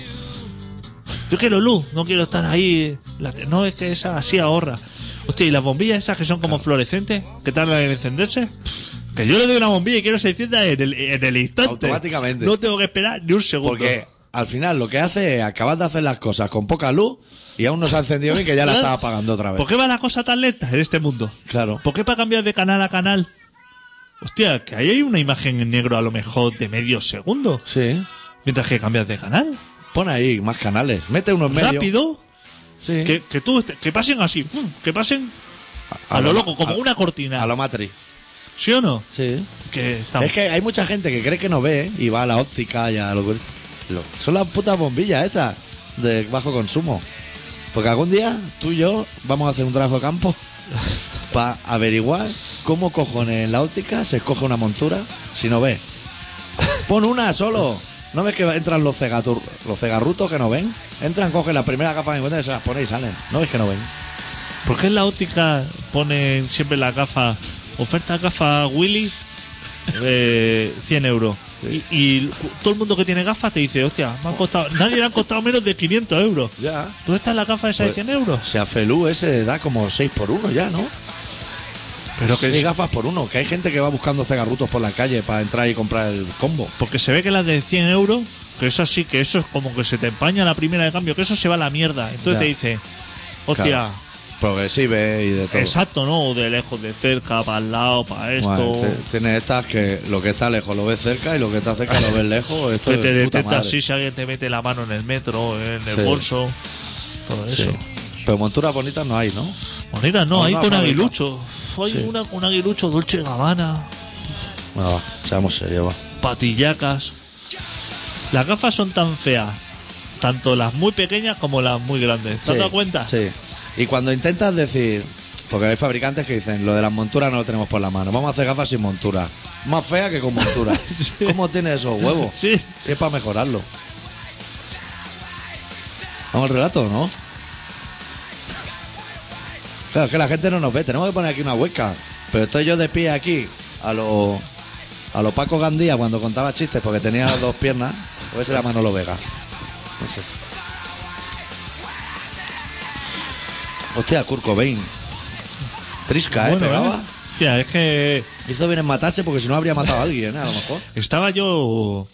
Speaker 3: Yo quiero luz, no quiero estar ahí. la te- No, es que esa así ahorra. Hostia, y las bombillas esas que son como fluorescentes, que tardan en encenderse. Que yo le doy una bombilla y quiero que se encienda en el, en el instante.
Speaker 2: Automáticamente.
Speaker 3: No tengo que esperar ni un segundo.
Speaker 2: Porque al final lo que hace es acabar de hacer las cosas con poca luz y aún no se ha encendido bien que ya la
Speaker 3: Claro.
Speaker 2: está apagando otra vez.
Speaker 3: ¿Por qué va la cosa tan lenta en este mundo?
Speaker 2: Claro.
Speaker 3: ¿Por qué para cambiar de canal a canal? Hostia, que ahí hay una imagen en negro a lo mejor de medio segundo.
Speaker 2: Sí.
Speaker 3: Mientras que cambias de canal.
Speaker 2: Pon ahí más canales. Mete uno en medio.
Speaker 3: Rápido.
Speaker 2: Sí.
Speaker 3: Que, que tú, est- que pasen así. ¡fum! Que pasen a, lo, loco, como
Speaker 2: a-
Speaker 3: una cortina.
Speaker 2: A lo Matrix.
Speaker 3: ¿Sí o no?
Speaker 2: Sí.
Speaker 3: Que estamos-
Speaker 2: Es que hay mucha gente que cree que no ve y va a la óptica y a lo que... lo- Son las putas bombillas esas de bajo consumo. Porque algún día tú y yo vamos a hacer un trabajo de
Speaker 3: [laughs]
Speaker 2: campo para averiguar cómo cojones en la óptica se escoge una montura si no ve. Pon una solo. ¿No ves que entran los, cegatur- los cegarrutos que no ven? Entran, cogen las primeras gafas que encuentran y se las ponen y salen. ¿No ves que no ven?
Speaker 3: ¿Por qué en la óptica ponen siempre la gafa, oferta gafa Willy, eh, 100 euros? Y, y todo el mundo que tiene gafas te dice, hostia, me han costado, nadie le han costado menos de 500 euros.
Speaker 2: Ya.
Speaker 3: ¿Dónde está la gafa
Speaker 2: Pues,
Speaker 3: esa de 100 euros?
Speaker 2: O sea, Felú ese da como 6 por 1 ya, ¿no?
Speaker 3: Pero que
Speaker 2: Seis gafas por uno, que hay gente que va buscando cegarrutos por la calle para entrar y comprar el combo.
Speaker 3: Porque se ve que las de 100 euros, que eso sí, que eso es como que se te empaña la primera de cambio, que eso se va a la mierda. Entonces
Speaker 2: Ya.
Speaker 3: te dice, hostia,
Speaker 2: Claro. Progresive y de todo.
Speaker 3: exacto, ¿no? O de lejos, de cerca, para el lado, para esto.
Speaker 2: Bueno, este, te- tienes estas que lo que está lejos lo ves cerca y lo que está cerca lo ves
Speaker 3: [laughs]
Speaker 2: lejos. Esto
Speaker 3: que
Speaker 2: es
Speaker 3: te
Speaker 2: puta
Speaker 3: detecta
Speaker 2: madre.
Speaker 3: así si alguien te mete la mano en el metro, en el
Speaker 2: Sí.
Speaker 3: bolso, todo
Speaker 2: Sí.
Speaker 3: eso.
Speaker 2: Pero monturas bonitas no hay, ¿no?
Speaker 3: Bonita, no,
Speaker 2: Una
Speaker 3: hay con
Speaker 2: fábrica.
Speaker 3: aguilucho. Hay una con aguilucho, Dolce Gabbana,
Speaker 2: Bueno, va, seamos serios, va.
Speaker 3: patillacas. Las gafas son tan feas, tanto las muy pequeñas como las muy grandes. ¿Te has
Speaker 2: Sí,
Speaker 3: dado cuenta?
Speaker 2: Sí. Y cuando intentas decir, porque hay fabricantes que dicen, lo de las monturas no lo tenemos por la mano, vamos a hacer gafas sin montura. Más fea que con
Speaker 3: [laughs]
Speaker 2: montura. ¿Cómo tiene esos huevos?
Speaker 3: Sí.
Speaker 2: Si es para mejorarlo. Vamos al relato, ¿no? Claro, es que la gente no nos ve, tenemos que poner aquí una hueca. Pero estoy yo de pie aquí, a lo, a lo Paco Gandía cuando contaba chistes, porque tenía dos piernas, o ese era Manolo Vega. No sé. Hostia, Kurt Cobain. Trisca, ¿eh?
Speaker 3: Bueno,
Speaker 2: Pegaba.
Speaker 3: ¿eh? Hostia, es que
Speaker 2: Hizo bien en matarse porque si no habría matado a alguien, ¿eh? a lo mejor.
Speaker 3: estaba yo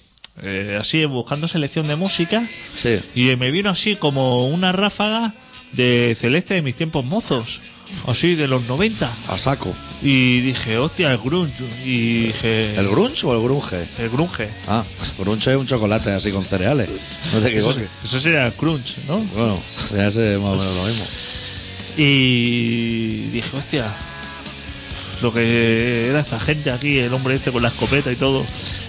Speaker 3: eh, así buscando selección de música
Speaker 2: Sí.
Speaker 3: y me vino así como una ráfaga de Celeste de mis tiempos mozos. Así de los 90.
Speaker 2: A saco.
Speaker 3: Y dije, hostia, el grunge. Y dije,
Speaker 2: ¿El grunge o el grunge?
Speaker 3: el grunge.
Speaker 2: Ah, grunge es un chocolate así con cereales. No te
Speaker 3: Eso,
Speaker 2: equivoques.
Speaker 3: eso sería el crunch, ¿no?
Speaker 2: Bueno, ya sé más o menos lo mismo.
Speaker 3: Y dije, hostia, lo que era esta gente aquí, el hombre este con la escopeta y todo.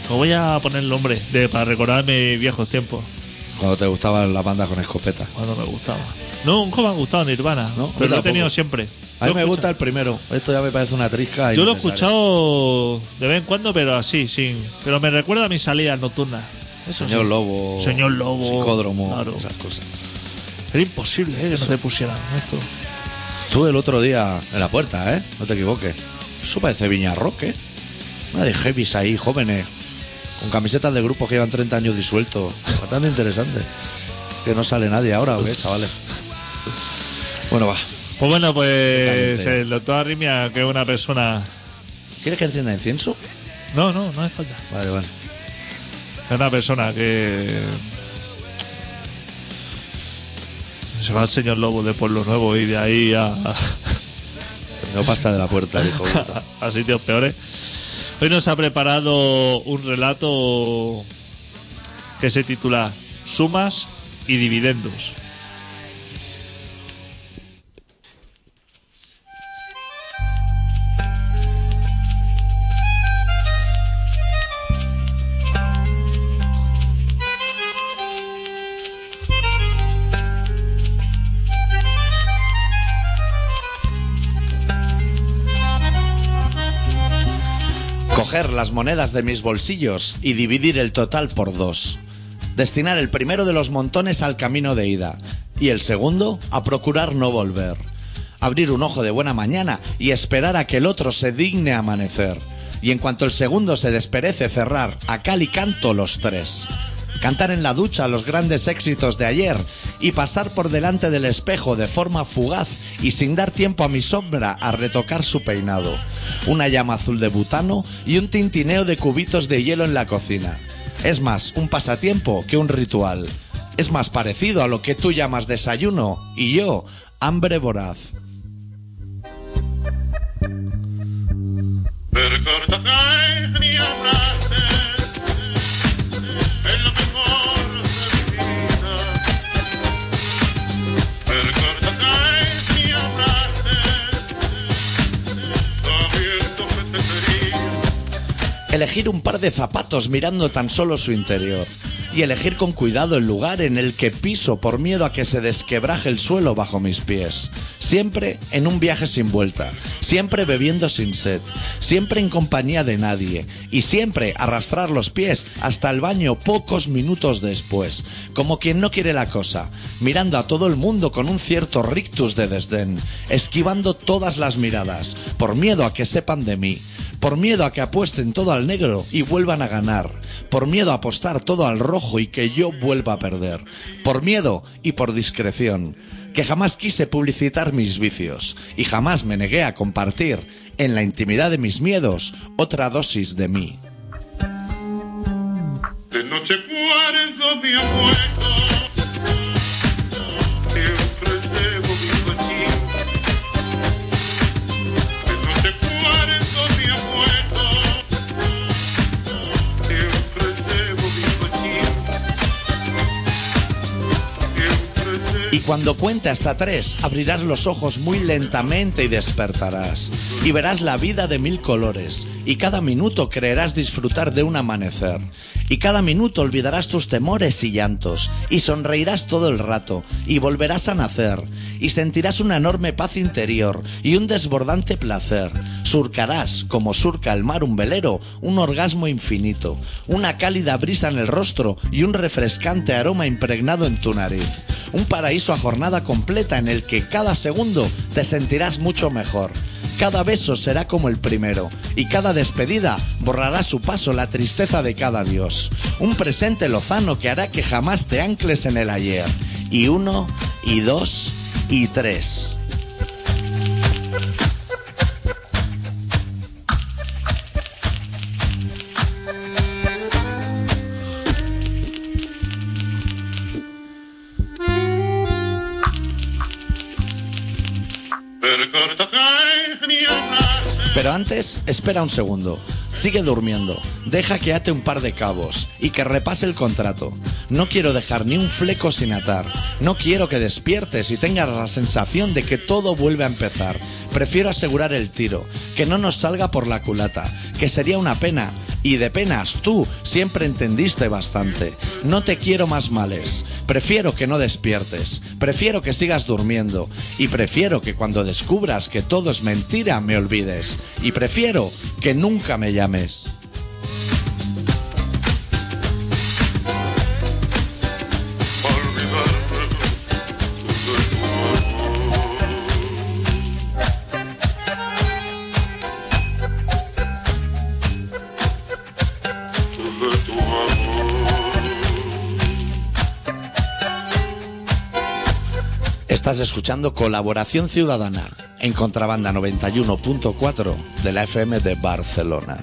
Speaker 3: Me voy a poner el nombre de, para recordarme viejos tiempos,
Speaker 2: Cuando te gustaban las bandas con escopeta.
Speaker 3: cuando me gustaba. No, nunca me ha gustado Nirvana,
Speaker 2: No, a mí
Speaker 3: pero lo he
Speaker 2: tampoco.
Speaker 3: tenido siempre.
Speaker 2: A mí
Speaker 3: Lo he
Speaker 2: me
Speaker 3: escuchado-
Speaker 2: gusta el primero. Esto ya me parece una trisca.
Speaker 3: Yo lo he
Speaker 2: innecesaria.
Speaker 3: escuchado de vez en cuando, pero así, sin. Pero me recuerda a mis salidas nocturnas. Eso
Speaker 2: Señor
Speaker 3: sí.
Speaker 2: Lobo.
Speaker 3: Señor Lobo,
Speaker 2: Psicódromo.
Speaker 3: claro.
Speaker 2: Esas cosas.
Speaker 3: Era imposible ¿eh? que no te pusieran esto.
Speaker 2: Estuve el otro día en la puerta, ¿eh? No te equivoques. Eso parece Viñarroque. ¿eh? Una de heavies ahí, jóvenes. Con camisetas de grupos que llevan 30 años disueltos. Bastante interesante. Que no sale nadie ahora, ¿o qué, chavales? Bueno, va.
Speaker 3: Pues bueno, pues
Speaker 2: Totalmente.
Speaker 3: el doctor Arrimia, que es una persona.
Speaker 2: ¿Quieres que encienda incienso?
Speaker 3: No, no, no hace falta.
Speaker 2: Vale, vale.
Speaker 3: Es una persona que. Se va al señor Lobo de Pueblo Nuevo y de ahí a,
Speaker 2: No pasa de la puerta, dijo.
Speaker 3: a sitios peores. Hoy nos ha preparado un relato que se titula Sumas y Dividendos.
Speaker 2: Coger las monedas de mis bolsillos y dividir el total por dos. Destinar el primero de los montones al camino de ida y el segundo a procurar no volver. Abrir un ojo de buena mañana y esperar a que el otro se digne amanecer. Y en cuanto el segundo se desperece, cerrar a cal y canto los tres. Cantar en la ducha los grandes éxitos de ayer y pasar por delante del espejo de forma fugaz y sin dar tiempo a mi sombra a retocar su peinado. Una llama azul de butano y un tintineo de cubitos de hielo en la cocina. Es más, un pasatiempo que un ritual. Es más parecido a lo que tú llamas desayuno y yo, hambre voraz.
Speaker 4: Percorre la calle y abrace, es lo mejor de mi vida. Percorre la calle y abrace, sabiendo que te quería.
Speaker 2: Elegir un par de zapatos mirando tan solo su interior. Y elegir con cuidado el lugar en el que piso por miedo a que se desquebraje el suelo bajo mis pies. Siempre en un viaje sin vuelta. Siempre bebiendo sin sed. Siempre en compañía de nadie. Y siempre arrastrar los pies hasta el baño pocos minutos después. Como quien no quiere la cosa. Mirando a todo el mundo con un cierto rictus de desdén. Esquivando todas las miradas. Por miedo a que sepan de mí. Por miedo a que apuesten todo al negro y vuelvan a ganar. Por miedo a apostar todo al rojo y que yo vuelva a perder. Por miedo y por discreción. Que jamás quise publicitar mis vicios. Y jamás me negué a compartir, en la intimidad de mis miedos, otra dosis de mí.
Speaker 4: De noche cuarenta mi abuelo, siempre debo mi cochín. De noche cuarenta mi abuelo, siempre debo mi cochín. Siempre debo
Speaker 2: Y cuando cuente hasta tres, abrirás los ojos muy lentamente y despertarás. Y verás la vida de mil colores. Y cada minuto creerás disfrutar de un amanecer. Y cada minuto olvidarás tus temores y llantos. Y sonreirás todo el rato. Y volverás a nacer. Y sentirás una enorme paz interior. Y un desbordante placer. Surcarás, como surca el mar un velero, un orgasmo infinito. Una cálida brisa en el rostro. Y un refrescante aroma impregnado en tu nariz. Un paraíso a jornada completa en el que cada segundo te sentirás mucho mejor. Cada beso será como el primero y cada despedida borrará a su paso la tristeza de cada dios. Un presente lozano que hará que jamás te ancles en el ayer. Y uno, y dos, y tres.
Speaker 4: Recorta cae mi abrazo.
Speaker 2: Pero antes, espera un segundo. Sigue durmiendo. Deja que ate un par de cabos y que repase el contrato. No quiero dejar ni un fleco sin atar. No quiero que despiertes y tengas la sensación de que todo vuelve a empezar. Prefiero asegurar el tiro, que no nos salga por la culata, que sería una pena. Y de penas tú siempre entendiste bastante. No te quiero más males. Prefiero que no despiertes. Prefiero que sigas durmiendo. Y prefiero que cuando descubras que todo es mentira me olvides. Y prefiero que nunca me llames.
Speaker 4: Olvidarme de tu amor. De tu amor.
Speaker 2: Estás escuchando Colaboración Ciudadana en Contrabanda 91.4 de la FM de Barcelona.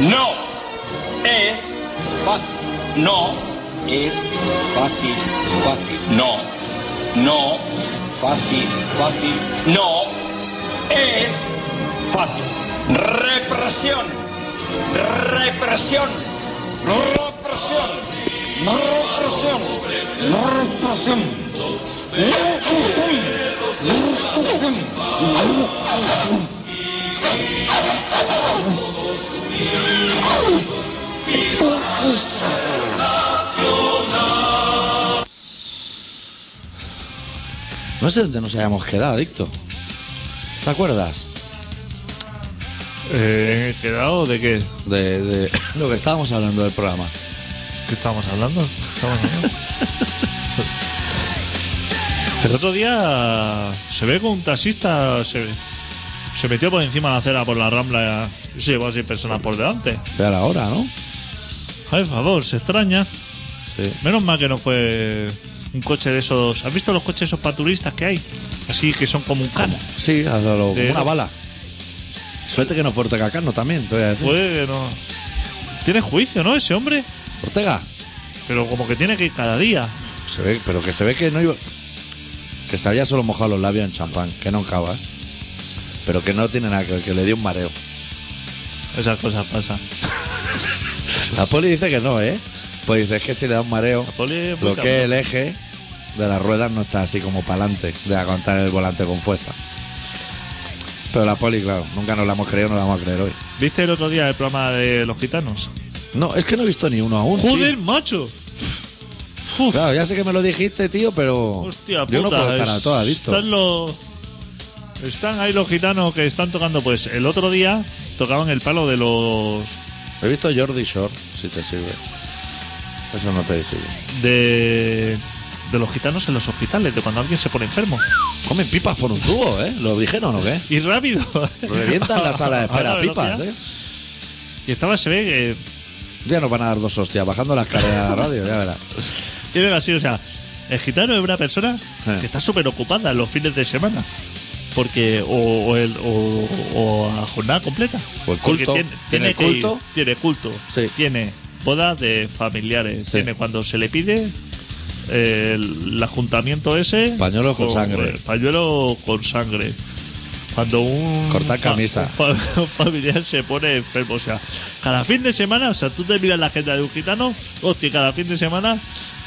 Speaker 5: No es fácil. No es fácil, fácil. No, no, fácil, fácil. No es fácil. Represión, represión, represión, represión, represión. Represión, represión.
Speaker 2: No sé dónde nos hayamos quedado, adicto. ¿Te acuerdas?
Speaker 3: Eh, ¿Quedado de qué?
Speaker 2: De, de [laughs] lo que estábamos hablando del programa.
Speaker 3: ¿Qué estábamos hablando? ¿Qué estábamos hablando? El otro día se ve que un taxista se, se metió por encima de la acera por la rambla y se llevó a seis personas por delante.
Speaker 2: Era la hora, ¿no?
Speaker 3: Ay, por favor, se extraña.
Speaker 2: Sí.
Speaker 3: Menos mal que no fue un coche de esos. ¿Has visto los coches esos paturistas que hay? Así que son como un cano.
Speaker 2: Sí, a lo- como
Speaker 3: De-
Speaker 2: una bala. Suerte que no fue Ortega Cano también, te voy a decir.
Speaker 3: Fue, no. Tiene juicio, ¿no? Ese hombre.
Speaker 2: Ortega,
Speaker 3: Pero como que tiene que ir cada día.
Speaker 2: se ve, pero que se ve que no iba. Que se había solo mojado los labios en champán, que no cava. Pero que no tiene nada que ver, que le dio un mareo.
Speaker 3: Esas cosas pasan.
Speaker 2: La poli dice que no, ¿eh? Pues dice, es que si le da un mareo,
Speaker 3: poli es muy
Speaker 2: lo que es el eje de las ruedas no está así como para adelante, de aguantar el volante con fuerza. Pero la poli, claro, nunca nos la hemos creído, no la vamos a creer hoy.
Speaker 3: ¿Viste el otro día el programa de los gitanos?
Speaker 2: No, es que no he visto ni uno aún. tío.
Speaker 3: ¡Joder, macho! Uf,
Speaker 2: Claro, ya sé que me lo dijiste, tío, pero.
Speaker 3: hostia puta.
Speaker 2: yo no puedo estar a
Speaker 3: es-
Speaker 2: todas, adicto.
Speaker 3: Están los... Están ahí los gitanos que están tocando, pues el otro día tocaban el palo de los
Speaker 2: He visto Jordi Shore, si te sirve. Eso no te sirve.
Speaker 3: de, de los gitanos en los hospitales, de cuando alguien se pone enfermo.
Speaker 2: Comen pipas por un tubo, ¿eh? ¿Lo dijeron o qué?
Speaker 3: Y rápido.
Speaker 2: Revientan la sala de
Speaker 3: A
Speaker 2: espera
Speaker 3: la
Speaker 2: pipas, ¿eh?
Speaker 3: velocidad. [laughs] Y estaba, se ve eh, que
Speaker 2: Ya nos van a dar dos hostias bajando las caras de la radio, ya verás.
Speaker 3: tienen así, o sea, el gitano es una persona que está súper ocupada los fines de semana. Porque, o, o el- o- o a jornada completa.
Speaker 2: O el
Speaker 3: Porque
Speaker 2: culto.
Speaker 3: Tiene,
Speaker 2: Tiene
Speaker 3: tiene que ir,
Speaker 2: culto.
Speaker 3: tiene culto.
Speaker 2: Sí.
Speaker 3: Tiene boda de familiares.
Speaker 2: Sí.
Speaker 3: Tiene cuando se le pide eh, el, el ajuntamiento ese.
Speaker 2: Pañuelo con sangre.
Speaker 3: eh, pañuelo con sangre. Cuando un.
Speaker 2: Cortar
Speaker 3: fa-
Speaker 2: camisa.
Speaker 3: un fa- [laughs] un familiar se pone enfermo. O sea, cada fin de semana, o sea, tú te miras la agenda de un gitano, hostia, cada fin de semana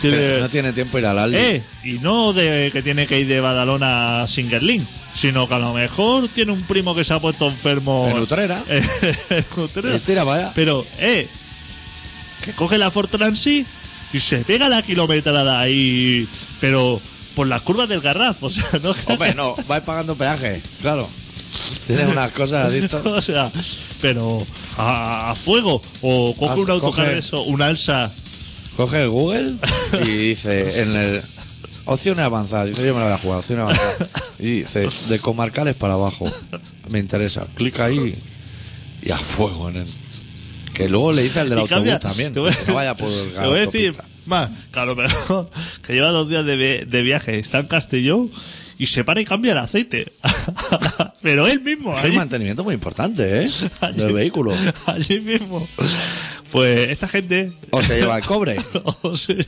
Speaker 2: Que
Speaker 3: [laughs] tiene.
Speaker 2: No tiene tiempo ir al Aldi.
Speaker 3: Eh, y no de que tiene que ir de Badalona a Singerlin, sino que a lo mejor tiene un primo que se ha puesto enfermo. [laughs]
Speaker 2: En Utrera.
Speaker 3: en Utrera.
Speaker 2: Y tira para allá.
Speaker 3: Pero, eh, que coge la Ford Transit y se pega la kilometrada ahí, pero por las curvas del Garraf, o sea, [laughs] no.
Speaker 2: Hombre, no, vais pagando peaje, claro. Tienes unas
Speaker 3: [laughs]
Speaker 2: cosas adicto.
Speaker 3: O sea, pero a, a fuego. O coge
Speaker 2: Haz-
Speaker 3: un autocar
Speaker 2: coge-
Speaker 3: de eso, un alza.
Speaker 2: Coge el Google y dice en el. Opciones avanzadas. Dice, yo me la voy a jugar, opciones avanzadas. Y dice, de comarcales para abajo. Me interesa. Clica ahí y a fuego en él. Que luego le dice al del
Speaker 3: Y
Speaker 2: autobús
Speaker 3: cambia-
Speaker 2: también.
Speaker 3: te voy-
Speaker 2: que no vaya por el
Speaker 3: [laughs] Te voy a decir más, que a lo mejor [laughs] que lleva dos días de, vi- de viaje, está en Castellón y se para y cambia el aceite. [laughs] Pero él mismo,
Speaker 2: Hay un
Speaker 3: allí,
Speaker 2: mantenimiento muy importante, ¿eh?
Speaker 3: [laughs] allí-
Speaker 2: Del vehículo.
Speaker 3: [laughs] Allí mismo. Pues esta gente.
Speaker 2: O se lleva el cobre.
Speaker 3: [laughs] o se-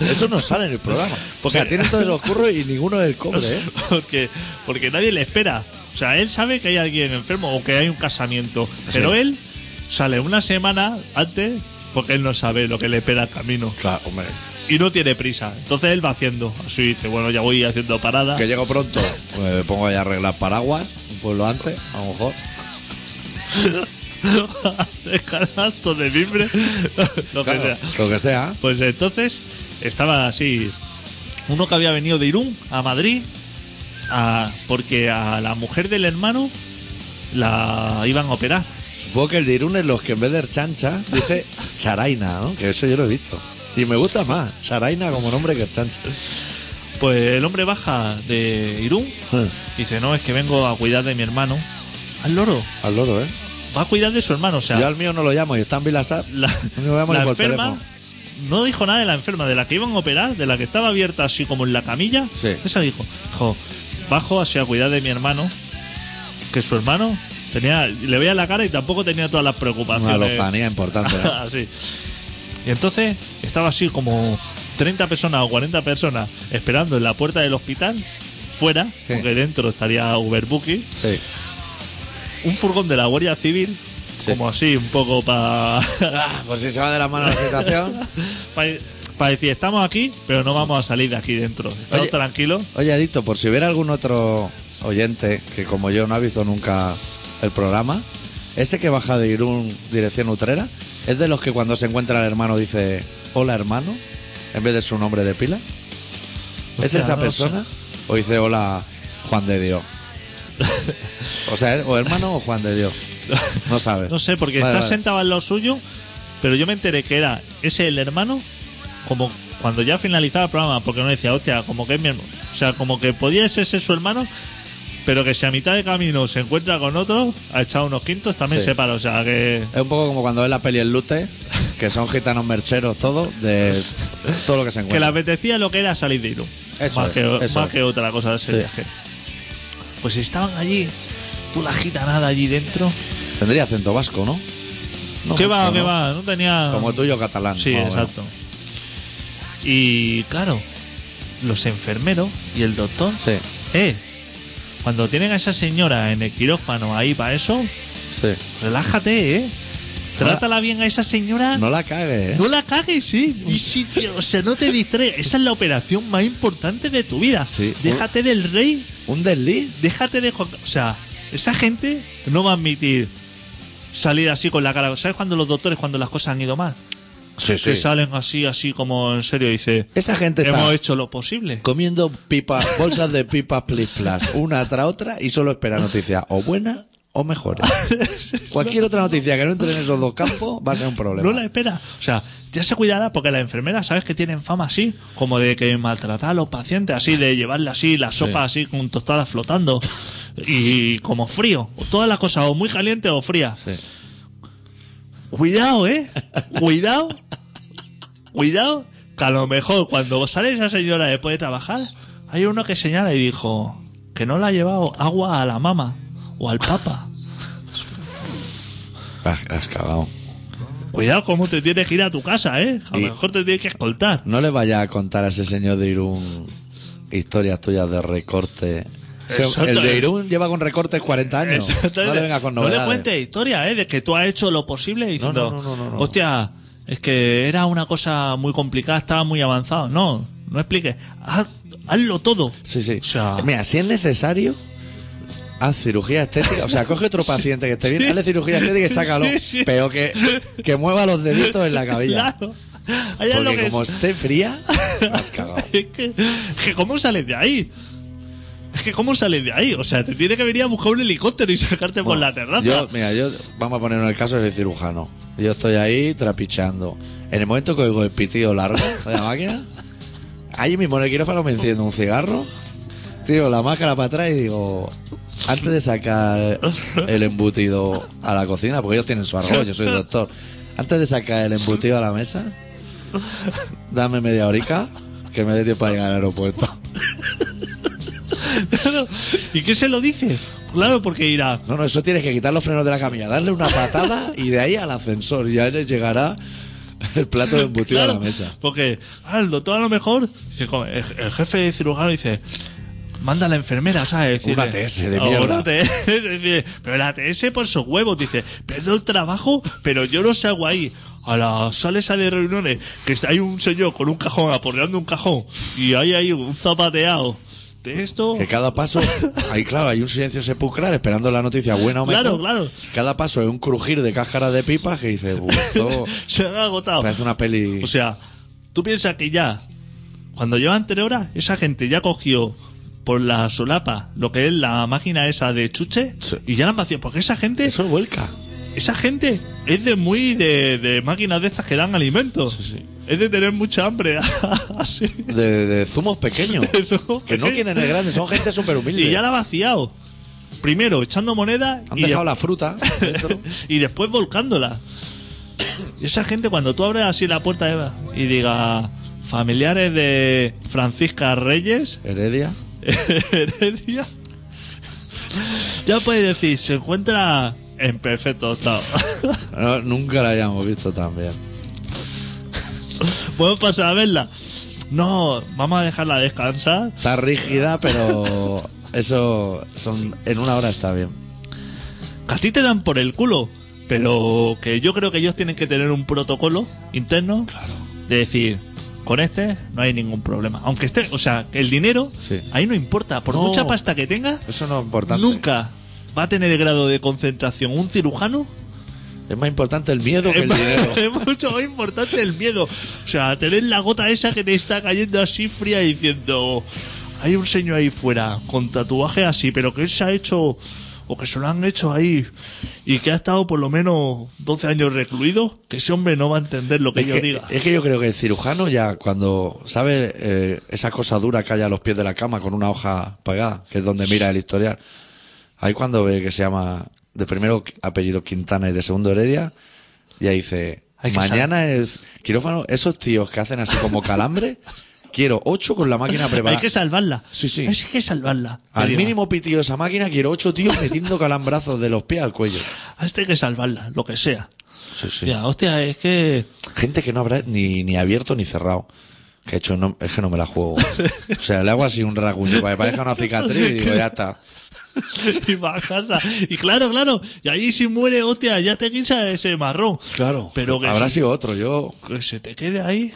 Speaker 2: Eso no sale en el programa. O sea,
Speaker 3: Porque-
Speaker 2: tienen todos esos curros y ninguno del cobre, ¿eh?
Speaker 3: [laughs] porque, porque nadie le espera. O sea, él sabe que hay alguien enfermo o que hay un casamiento. Pero él sale una semana antes porque él no sabe lo que le espera el camino.
Speaker 2: Claro, hombre.
Speaker 3: Y no tiene prisa. Entonces él va haciendo. Así dice, bueno, ya voy haciendo parada. [laughs]
Speaker 2: Que llego pronto, pues me pongo ahí a arreglar paraguas, un pueblo antes, a lo mejor.
Speaker 3: de canasto de mimbre. [laughs] lo que
Speaker 2: Claro,
Speaker 3: sea.
Speaker 2: Lo que sea.
Speaker 3: Pues entonces estaba así. Uno que había venido de Irún a Madrid a- porque a la mujer del hermano la iban a operar.
Speaker 2: Supongo que el de Irún es los que en vez de chancha dice charaina, ¿no? Que eso yo lo he visto. Y me gusta más, charaina como nombre que chancha.
Speaker 3: Pues el hombre baja de Irún. Dice, no, es que vengo a cuidar de mi hermano. Al loro.
Speaker 2: [laughs] Al loro, ¿eh?
Speaker 3: Va a cuidar de su hermano. O sea,
Speaker 2: Yo al mío no lo llamo y está en Vilasar.
Speaker 3: la,
Speaker 2: No lo llamo
Speaker 3: la
Speaker 2: ni por
Speaker 3: enferma
Speaker 2: teléfono.
Speaker 3: no dijo nada de la enferma, de la que iban a operar, de la que estaba abierta así como en la camilla.
Speaker 2: Sí.
Speaker 3: Esa dijo, "Jo, bajo así a cuidar de mi hermano, que su hermano tenía, le veía la cara y tampoco tenía todas las
Speaker 2: Una
Speaker 3: preocupaciones.
Speaker 2: lozanía importante,
Speaker 3: [laughs]
Speaker 2: ¿eh?
Speaker 3: Así. Y entonces estaba así como 30 personas o 40 personas esperando en la puerta del hospital, fuera, porque dentro estaría Uberbooking
Speaker 2: [laughs] Sí.
Speaker 3: un furgón de la Guardia Civil,
Speaker 2: Sí.
Speaker 3: como así, un poco [laughs] para
Speaker 2: Ah, pues si se va de la mano la situación.
Speaker 3: para decir, estamos aquí, pero no vamos a salir de aquí dentro. Estamos
Speaker 2: Oye.
Speaker 3: tranquilos.
Speaker 2: Oye, Adicto, por si hubiera algún otro oyente que como yo no ha visto nunca el programa, ese que baja de Irún dirección Utrera, ¿es de los que cuando se encuentra el hermano dice hola hermano en vez de su nombre de pila? ¿Es
Speaker 3: Hostia,
Speaker 2: esa
Speaker 3: no lo
Speaker 2: persona? ¿O dice hola Juan de
Speaker 3: [laughs]
Speaker 2: Dios? o sea, ¿eh? ¿o hermano o Juan de Dios? No sabes.
Speaker 3: No sé, porque
Speaker 2: Vale,
Speaker 3: está
Speaker 2: vale.
Speaker 3: sentado en lo suyo, pero yo me enteré que era ese el hermano, como cuando ya finalizaba el programa, porque no decía, hostia, como que es mi hermano. O sea, como que podía ser ese su hermano, pero que si a mitad de camino se encuentra con otro, ha echado unos quintos, también
Speaker 2: Sí.
Speaker 3: se para. O sea, que.
Speaker 2: Es un poco como cuando ves la peli El Lute, que son gitanos mercheros todos, de todo lo que se
Speaker 3: Que le
Speaker 2: encuentra.
Speaker 3: apetecía lo que era salir de Irún.
Speaker 2: Eso
Speaker 3: más
Speaker 2: es,
Speaker 3: que,
Speaker 2: eso
Speaker 3: más
Speaker 2: es.
Speaker 3: que otra cosa de ese
Speaker 2: Sí.
Speaker 3: viaje. Pues estaban allí, tú la gitanada allí dentro.
Speaker 2: Tendría acento vasco, ¿no? No
Speaker 3: ¿Qué va,
Speaker 2: mucho,
Speaker 3: qué
Speaker 2: ¿no?
Speaker 3: va? No tenía.
Speaker 2: Como tuyo catalán.
Speaker 3: Sí,
Speaker 2: más o menos.
Speaker 3: exacto. Y claro, los enfermeros y el doctor.
Speaker 2: Sí,
Speaker 3: Eh, cuando tienen a esa señora en el quirófano ahí para eso,
Speaker 2: sí.
Speaker 3: relájate, eh. Trátala bien a esa señora.
Speaker 2: No la cagues, ¿eh?
Speaker 3: No la cagues, sí. Y sí, tío, o sea, no te distraigas. Esa es la operación más importante de tu vida.
Speaker 2: Sí.
Speaker 3: Déjate del rey,
Speaker 2: Un desliz.
Speaker 3: déjate de. Juan- O sea, esa gente no va a admitir salir así con la cara. ¿Sabes cuando los doctores, cuando las cosas han ido mal?
Speaker 2: Sí,
Speaker 3: que salen así, así como en serio, dice,
Speaker 2: Esa gente está
Speaker 3: hemos hecho lo posible.
Speaker 2: comiendo pipas, bolsas de pipas plis plas, una tras otra y solo espera noticias o buenas o
Speaker 3: [laughs]
Speaker 2: mejores. Cualquier otra noticia que no entre en esos dos campos va a ser un problema.
Speaker 3: No la espera. O sea, ya se cuidará porque las enfermeras, ¿sabes que tienen fama así? Como de que maltratar a los pacientes, así, de llevarle así la sopa así con tostadas flotando y como frío. Todas las cosas, o muy caliente o fría. Cuidado, ¿eh? Cuidado. Cuidado. Que a lo mejor cuando sale esa señora después de trabajar, hay uno que señala y dijo que no le ha llevado agua a la mama o al papa.
Speaker 2: Has, has cagado.
Speaker 3: Cuidado cómo te tienes que ir a tu casa, ¿eh? A
Speaker 2: Y-
Speaker 3: lo mejor te tienes que escoltar.
Speaker 2: No le vayas a contar a ese señor de Irún historias tuyas de recorte Se-
Speaker 3: Exacto.
Speaker 2: el de Irún lleva con recortes 40
Speaker 3: [laughs]
Speaker 2: años.
Speaker 3: Exactamente.
Speaker 2: No le vengas con
Speaker 3: No
Speaker 2: novedades.
Speaker 3: le cuentes historia, ¿eh? De que tú has hecho lo posible diciendo,
Speaker 2: no, no, no, no, no.
Speaker 3: hostia, es que era una cosa muy complicada, estaba muy avanzado. No, no expliques. Haz- hazlo todo.
Speaker 2: Sí, sí.
Speaker 3: O sea,
Speaker 2: Mira, si es necesario, haz cirugía estética. O sea, coge
Speaker 3: [laughs]
Speaker 2: otro paciente que esté bien, hazle cirugía estética y sácalo.
Speaker 3: Sí, sí.
Speaker 2: Pero que, que mueva los deditos en la
Speaker 3: [laughs]
Speaker 2: cabilla.
Speaker 3: claro. Ahí es lo
Speaker 2: Porque
Speaker 3: que
Speaker 2: como
Speaker 3: es.
Speaker 2: esté
Speaker 3: [laughs]
Speaker 2: fría, me has cagado.
Speaker 3: Es que, es que ¿cómo sales de ahí? Es que ¿cómo sales de ahí? O sea, te tiene que venir a buscar un helicóptero y sacarte por la terraza.
Speaker 2: Yo, mira, yo, vamos a poner en el caso de cirujano. Yo estoy ahí trapicheando. En el momento que oigo el pitido largo de la
Speaker 3: [laughs]
Speaker 2: máquina, ahí mismo en el quirófano me enciendo un cigarro, tiro la máscara para atrás y digo, antes de sacar el embutido a la cocina, porque ellos tienen su arroz, yo soy doctor, antes de sacar el embutido a la mesa, dame media horica que me dé tiempo para llegar al aeropuerto.
Speaker 3: Claro. [laughs] ¿Y qué se lo dices? Claro, porque irá.
Speaker 2: No, no, eso tienes que quitar los frenos de la camilla, darle una patada y de ahí al ascensor. Ya le llegará el plato de embutido a
Speaker 3: Claro,
Speaker 2: la mesa.
Speaker 3: Porque ah, el doctor a lo mejor, dice, como el, el jefe de cirujano dice, manda a la enfermera, ¿sabes? Decirle,
Speaker 2: Una TS de
Speaker 3: "Oh,
Speaker 2: mierda".
Speaker 3: una TS, [laughs] dice, pero la TS por sus huevos, dice, pierdo el trabajo, pero yo no salgo ahí. A las sales a de reuniones, que hay un señor con un cajón aporreando un cajón y hay ahí un zapateado de esto.
Speaker 2: Que cada paso, ahí claro, hay un silencio sepulcral esperando la noticia buena o mejor.
Speaker 3: Claro, claro.
Speaker 2: Cada paso es un crujir de cáscaras de pipas que dice, "Bu,
Speaker 3: [laughs]
Speaker 2: esto
Speaker 3: Se han agotado.
Speaker 2: parece una peli.
Speaker 3: O sea, tú piensas que ya, cuando llevan tres horas, esa gente ya cogió por la solapa lo que es la máquina esa de chuche
Speaker 2: Sí.
Speaker 3: y ya la han vaciado. Porque esa gente,
Speaker 2: Eso vuelca.
Speaker 3: esa gente es de muy de, de máquinas de estas que dan alimentos. Es de tener mucha hambre. [laughs] así.
Speaker 2: De, de zumos
Speaker 3: [laughs]
Speaker 2: pequeños.
Speaker 3: De zumos
Speaker 2: que no
Speaker 3: pequeños.
Speaker 2: quieren el grande, son gente súper humilde.
Speaker 3: Y ya la ha vaciado. Primero echando moneda
Speaker 2: Han
Speaker 3: y,
Speaker 2: dejado
Speaker 3: de-
Speaker 2: la fruta dentro.
Speaker 3: [laughs] y después volcándola. Y esa gente cuando tú abres así la puerta Eva, y diga familiares de Francisca Reyes,
Speaker 2: Heredia. [laughs]
Speaker 3: Heredia. Ya puedes decir, se encuentra en perfecto [laughs] estado.
Speaker 2: No, nunca la hayamos visto tan bien.
Speaker 3: Podemos pasar a verla. No, vamos a dejarla descansar.
Speaker 2: Está rígida, pero eso son en una hora está bien.
Speaker 3: Que a ti te dan por el culo. Pero que yo creo que ellos tienen que tener un protocolo interno. De decir, con este no hay ningún problema. Aunque esté, o sea, el dinero,
Speaker 2: Sí.
Speaker 3: ahí no importa. Por
Speaker 2: No.
Speaker 3: mucha pasta que tenga,
Speaker 2: Eso no es importante.
Speaker 3: nunca va a tener el grado de concentración un cirujano
Speaker 2: Es más importante el miedo que el
Speaker 3: Es
Speaker 2: dinero.
Speaker 3: más- Es mucho más importante el miedo. O sea, tener la gota esa que te está cayendo así fría y diciendo, hay un señor ahí fuera con tatuaje así, pero que él se ha hecho, o que se lo han hecho ahí, y que ha estado por lo menos 12 años recluido, que ese hombre no va a entender lo [laughs] que
Speaker 2: Es
Speaker 3: yo
Speaker 2: que,
Speaker 3: diga.
Speaker 2: es que yo creo que el cirujano ya cuando sabe eh, esa cosa dura que hay a los pies de la cama con una hoja pagada, que es donde mira el historial, ahí cuando ve que se llama de primero apellido Quintana y de segundo Heredia, ya dice,
Speaker 3: Hay que
Speaker 2: mañana es quirófano, esos tíos que hacen así como
Speaker 3: [laughs]
Speaker 2: calambre, quiero ocho con la máquina
Speaker 3: Hay
Speaker 2: preparada.
Speaker 3: que salvarla.
Speaker 2: Sí, sí.
Speaker 3: Hay que salvarla. Que
Speaker 2: Al
Speaker 3: diga,
Speaker 2: mínimo pitido de esa máquina, quiero ocho tíos metiendo calambrazos de los pies al cuello.
Speaker 3: A este hay que salvarla, lo que sea. Ya, hostia, es que
Speaker 2: Gente que no habrá ni, ni abierto ni cerrado. Que he hecho, no, es que no me la juego. O sea, le hago así un rasguño para que parezca una cicatriz y digo, ya está.
Speaker 3: [laughs] y bajasa. Y claro, claro. Y ahí si muere, hostia, ya te guisa ese marrón.
Speaker 2: Claro.
Speaker 3: Pero que
Speaker 2: habrá
Speaker 3: sí.
Speaker 2: sido otro. Yo,
Speaker 3: que se te quede ahí.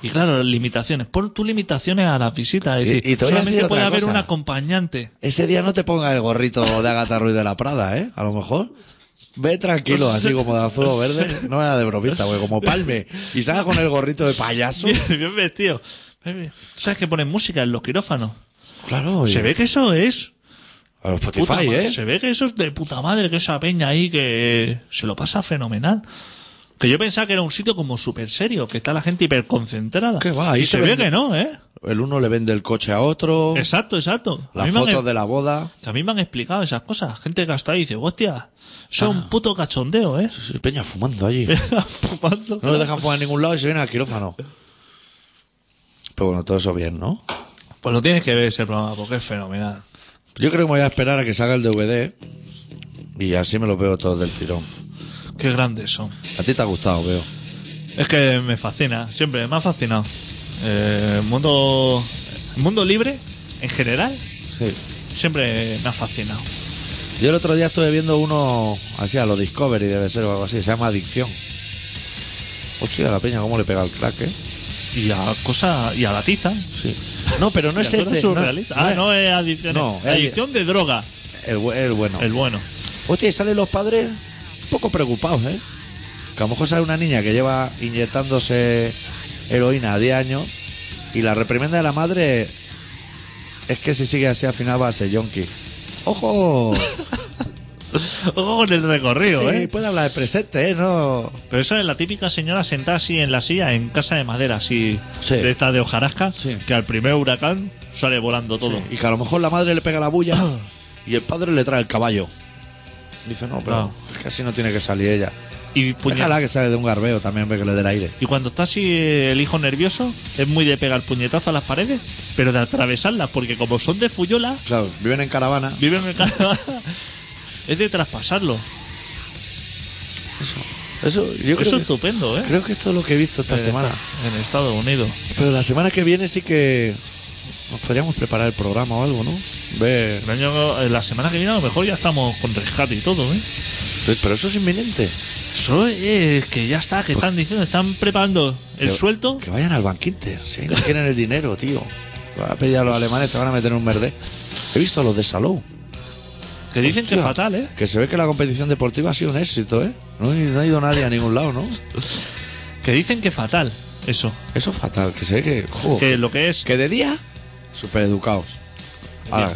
Speaker 3: Y claro, limitaciones. Pon tus limitaciones a las visitas. Es
Speaker 2: Y-
Speaker 3: decir,
Speaker 2: y te voy a
Speaker 3: solamente
Speaker 2: decir
Speaker 3: puede
Speaker 2: otra
Speaker 3: haber
Speaker 2: cosa.
Speaker 3: un acompañante.
Speaker 2: ese día no te pongas el gorrito de Agatha Ruiz de la Prada, ¿eh? A lo mejor. Ve tranquilo, así como de azul o verde. No vaya de bromista, güey, como palme. Y salga con el gorrito de payaso.
Speaker 3: Bien, bien vestido. Baby, ¿Sabes que ponen música en los quirófanos?
Speaker 2: Claro,
Speaker 3: Se ve que eso es.
Speaker 2: A los
Speaker 3: puta
Speaker 2: Spotify,
Speaker 3: madre,
Speaker 2: ¿eh?
Speaker 3: Se ve que eso es de puta madre, que esa peña ahí que se lo pasa fenomenal. Que yo pensaba que era un sitio como súper serio, que está la gente hiperconcentrada.
Speaker 2: ¿Qué va? Ahí
Speaker 3: y
Speaker 2: se
Speaker 3: se ve
Speaker 2: vende-
Speaker 3: que no, ¿eh?
Speaker 2: El uno le vende el coche a otro.
Speaker 3: Exacto, exacto. A
Speaker 2: Las
Speaker 3: mí me han
Speaker 2: fotos de la boda.
Speaker 3: Que a mí me han explicado esas cosas. Gente que hasta ahí dice, hostia, eso
Speaker 2: Ah.
Speaker 3: es un puto cachondeo, ¿eh? [laughs]
Speaker 2: Peña fumando [laughs] allí.
Speaker 3: Fumando.
Speaker 2: No lo dejan fuera en ningún lado y se vienen al quirófano. Pero bueno, todo eso bien, ¿no?
Speaker 3: Pues lo tienes que ver ese programa porque es fenomenal.
Speaker 2: Yo creo que me voy a esperar a que salga el DVD y así me los veo todos del tirón.
Speaker 3: Qué grandes son.
Speaker 2: A ti te ha gustado, veo.
Speaker 3: Es que me fascina, siempre me ha fascinado. Eh, el mundo, el mundo libre, en general,
Speaker 2: Sí.
Speaker 3: Siempre me ha fascinado.
Speaker 2: Yo el otro día estuve viendo uno así a lo Discovery, debe ser o algo así, se llama Adicción. Hostia, la peña, cómo le pega el crack, ¿eh?
Speaker 3: Y a cosa, y a la tiza.
Speaker 2: Sí. No, pero [laughs] no
Speaker 3: Y a
Speaker 2: es
Speaker 3: cosas
Speaker 2: ese. No,
Speaker 3: surrealistas. ah, no es adicción.
Speaker 2: No, es-
Speaker 3: adicción de droga.
Speaker 2: El, bu- el bueno.
Speaker 3: El bueno. [laughs]
Speaker 2: Hostia, y salen los padres un poco preocupados, ¿eh? Que a lo mejor sale una niña que lleva inyectándose heroína a 10 años y la reprimenda de la madre es que si sigue así al final va a ser yonki.
Speaker 3: [laughs]
Speaker 2: ¡Ojo!
Speaker 3: Ojo con el recorrido,
Speaker 2: Sí,
Speaker 3: ¿eh?
Speaker 2: puede hablar de presente, ¿eh? No.
Speaker 3: Pero esa es la típica señora sentada así en la silla, en casa de madera, así,
Speaker 2: Sí.
Speaker 3: de esta de hojarasca,
Speaker 2: Sí.
Speaker 3: que al primer huracán sale volando todo.
Speaker 2: Y que a lo mejor la madre le pega la
Speaker 3: [coughs]
Speaker 2: bulla y el padre le trae el caballo. Dice, no, pero
Speaker 3: No.
Speaker 2: es que así no tiene que salir ella.
Speaker 3: Y puñe-
Speaker 2: Déjala que sale de un garbeo también, ve que le dé el aire.
Speaker 3: Y cuando está así eh, el hijo nervioso, es muy de pegar puñetazo a las paredes, pero de atravesarlas, porque como son de fuyola,
Speaker 2: Claro, viven en caravana.
Speaker 3: viven en casa. [laughs] es de traspasarlo.
Speaker 2: Eso, yo creo
Speaker 3: Eso es
Speaker 2: que-
Speaker 3: estupendo, ¿eh?
Speaker 2: Creo que esto es lo que he visto esta
Speaker 3: En
Speaker 2: semana.
Speaker 3: esta- En Estados Unidos.
Speaker 2: Pero la semana que viene sí que nos podríamos preparar el programa o algo, ¿no? Ver.
Speaker 3: El año- eh, la semana que viene a lo mejor ya estamos con rescate y todo, ¿eh?
Speaker 2: Pues, pero eso es inminente.
Speaker 3: Eso es que ya está,
Speaker 2: Pues
Speaker 3: que están diciendo, están preparando el
Speaker 2: Que-
Speaker 3: suelto.
Speaker 2: Que vayan al banquinter. Si ahí no quieren el dinero, tío. Van a pedir a los alemanes, te van a meter un verde. He visto a los de Salou.
Speaker 3: Que dicen que es
Speaker 2: Hostia,
Speaker 3: fatal, ¿eh?
Speaker 2: Que se ve que la competición deportiva ha sido un éxito, ¿eh? No, hay- no ha ido nadie a ningún lado, ¿no?
Speaker 3: Que dicen que es fatal, eso.
Speaker 2: Eso es fatal. Que se ve que. jo,
Speaker 3: Que lo que es,
Speaker 2: que de día, súper educados. Ahora,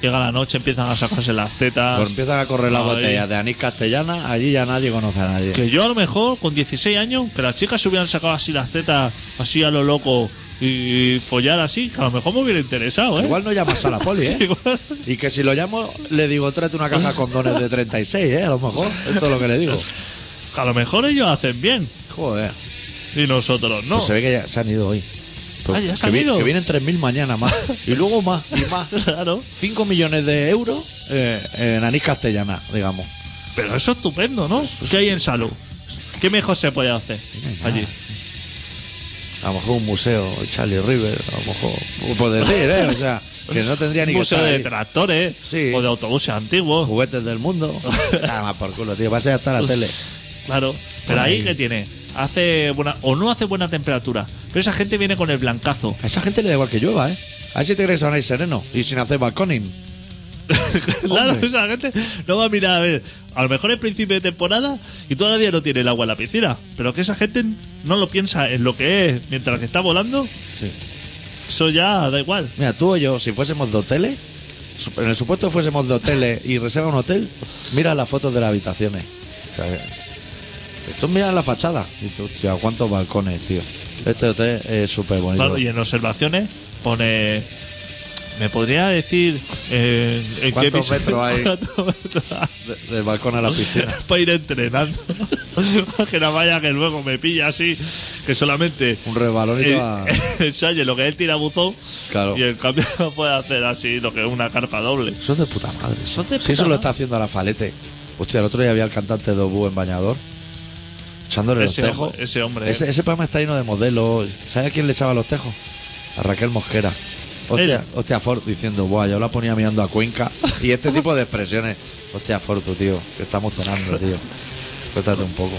Speaker 3: llega la noche, empiezan a sacarse las tetas.
Speaker 2: cuando empiezan a correr las
Speaker 3: Ah, Ahí.
Speaker 2: botellas de anís castellana, allí ya nadie conoce a nadie.
Speaker 3: Que yo a lo mejor con 16 años, que las chicas se hubieran sacado así las tetas, así a lo loco, y follar así, que a lo mejor me hubiera interesado, ¿eh?
Speaker 2: Igual no llamas a la poli, ¿eh?
Speaker 3: [laughs] Igual.
Speaker 2: Y que si lo llamo, le digo, tráete una caja con dones de 36, ¿eh? A lo mejor. Esto es lo que le digo.
Speaker 3: Que a lo mejor ellos hacen bien
Speaker 2: Joder.
Speaker 3: y nosotros no.
Speaker 2: Pues se ve que ya se han ido hoy. Pero
Speaker 3: Ah, ya se
Speaker 2: que,
Speaker 3: han
Speaker 2: vi-
Speaker 3: ido.
Speaker 2: que vienen 3.000 mañana
Speaker 3: [laughs]
Speaker 2: más. Y luego más, y más.
Speaker 3: Claro.
Speaker 2: 5 millones de euros eh, en anís castellana, digamos.
Speaker 3: Pero eso es estupendo, ¿no? ¿Qué hay en salud? ¿Qué mejor se puede hacer allí?
Speaker 2: A lo mejor un museo, Charlie River, a lo mejor. Por decir, ¿eh? O sea, que no tendría ni
Speaker 3: Un museo
Speaker 2: que estar
Speaker 3: de
Speaker 2: ahí.
Speaker 3: tractores
Speaker 2: Sí.
Speaker 3: o de autobuses antiguos.
Speaker 2: Juguetes del
Speaker 3: [laughs]
Speaker 2: mundo. Nada más por culo, tío. Va a ser hasta la tele.
Speaker 3: Claro. Pero
Speaker 2: Por
Speaker 3: ahí,
Speaker 2: ahí.
Speaker 3: que tiene, hace buena o no hace buena temperatura. Pero esa gente viene con
Speaker 2: [laughs]
Speaker 3: el blancazo.
Speaker 2: A esa gente le da igual que llueva, ¿eh? A ver si te crees que se van a ir sereno y sin hacer balconing.
Speaker 3: Claro,
Speaker 2: Hombre.
Speaker 3: esa gente no va a mirar a ver. A lo mejor es principio de temporada y todavía no tiene el agua en la piscina. Pero que esa gente no lo piensa en lo que es mientras que está volando.
Speaker 2: Sí.
Speaker 3: Eso ya da igual.
Speaker 2: Mira, tú o yo, si fuésemos de hoteles, su- en el supuesto que fuésemos de hoteles y reserva un hotel, mira las fotos de las habitaciones. O sea, que- tú miras la fachada. y Dices, hostia, cuántos balcones, tío. Este hotel es súper bonito.
Speaker 3: Claro, y en observaciones pone. ¿Me podría decir eh, en qué
Speaker 2: ¿Cuántos
Speaker 3: piso-
Speaker 2: metros hay?
Speaker 3: [laughs] cuántos metros hay?
Speaker 2: De- del balcón a la piscina.
Speaker 3: [laughs] Para ir entrenando. [laughs] que la vaya que luego me pilla así. Que solamente.
Speaker 2: Un resbalón
Speaker 3: [laughs]
Speaker 2: y te va-
Speaker 3: eh, ensaye lo que es el tirabuzón.
Speaker 2: Claro.
Speaker 3: Y en cambio [laughs] puede hacer así lo que es una carpa doble.
Speaker 2: Eso es de puta madre.
Speaker 3: Eso es de
Speaker 2: Si
Speaker 3: puta
Speaker 2: eso lo
Speaker 3: madre.
Speaker 2: está haciendo la falete. Hostia, el otro día había el cantante de Obu en bañador. Echándole
Speaker 3: Ese
Speaker 2: los tejos.
Speaker 3: hombre- ese hombre,
Speaker 2: Ese,
Speaker 3: eh.
Speaker 2: ese programa está lleno de modelos. ¿Sabes a quién le echaba los tejos? A Raquel Mosquera. Hostia,
Speaker 3: Ella.
Speaker 2: hostia Ford diciendo, buah, yo la ponía mirando a Cuenca. Y este tipo de expresiones. Hostia Ford, tú, tío, que estamos cenando, tío. Cuéntate un poco.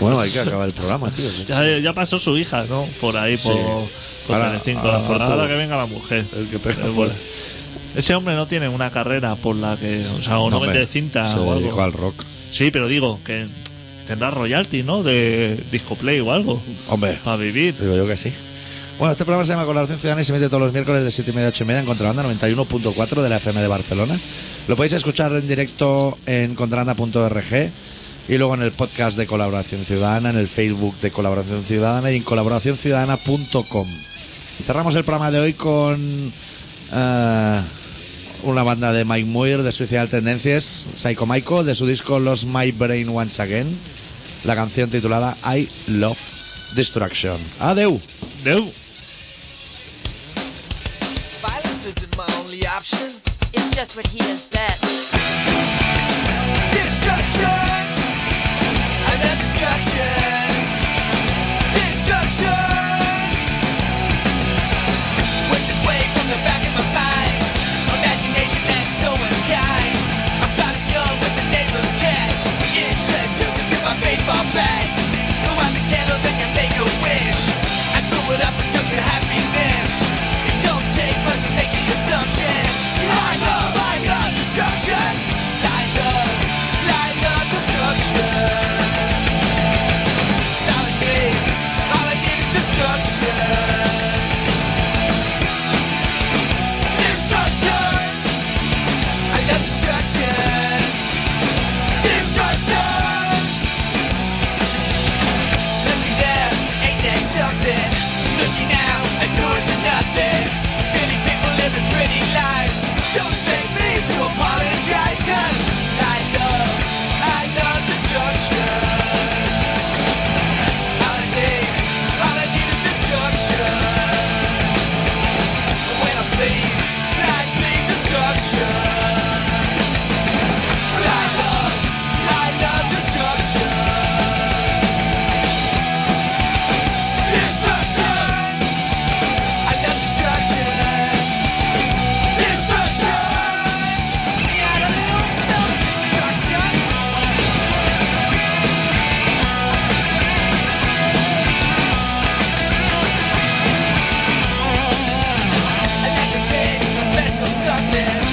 Speaker 2: Bueno, hay que acabar el programa, tío.
Speaker 3: Ya, ya pasó su hija, ¿no? Por ahí, por, por
Speaker 2: Ahora-
Speaker 3: Telecinco.
Speaker 2: ahora
Speaker 3: Ahora,
Speaker 2: foto-
Speaker 3: que venga la mujer.
Speaker 2: El que pega
Speaker 3: Es
Speaker 2: foto.
Speaker 3: Ese hombre no tiene una carrera por la que. O sea, o no,
Speaker 2: hombre,
Speaker 3: vende cinta
Speaker 2: Se
Speaker 3: o algo.
Speaker 2: dedicó al rock.
Speaker 3: Sí, pero digo que tendrá royalty, ¿no? De discoplay o algo.
Speaker 2: Hombre,
Speaker 3: Para vivir.
Speaker 2: Pues Digo yo que sí. Bueno, este programa se llama Colaboración Ciudadana y se emite todos los miércoles de 7 y media a 8 y media en Contrabanda 91.4 de la FM de Barcelona. Lo podéis escuchar en directo en contrabanda.org y luego en el podcast de Colaboración Ciudadana, en el Facebook de Colaboración Ciudadana y en colaboracionciudadana.com. Cerramos el programa de hoy con eh, una banda de Mike Muir de Suicidal Tendencias, Psycho Maiko, de su disco Lost My Brain Once Again, la canción titulada I Love Destruction. Adeu.
Speaker 3: Deu.
Speaker 1: Violence isn't my only option.
Speaker 6: It's just what he does best.
Speaker 1: Destruction. I love destruction. Destruction. Whipped its way from the back of my mind. something Oh,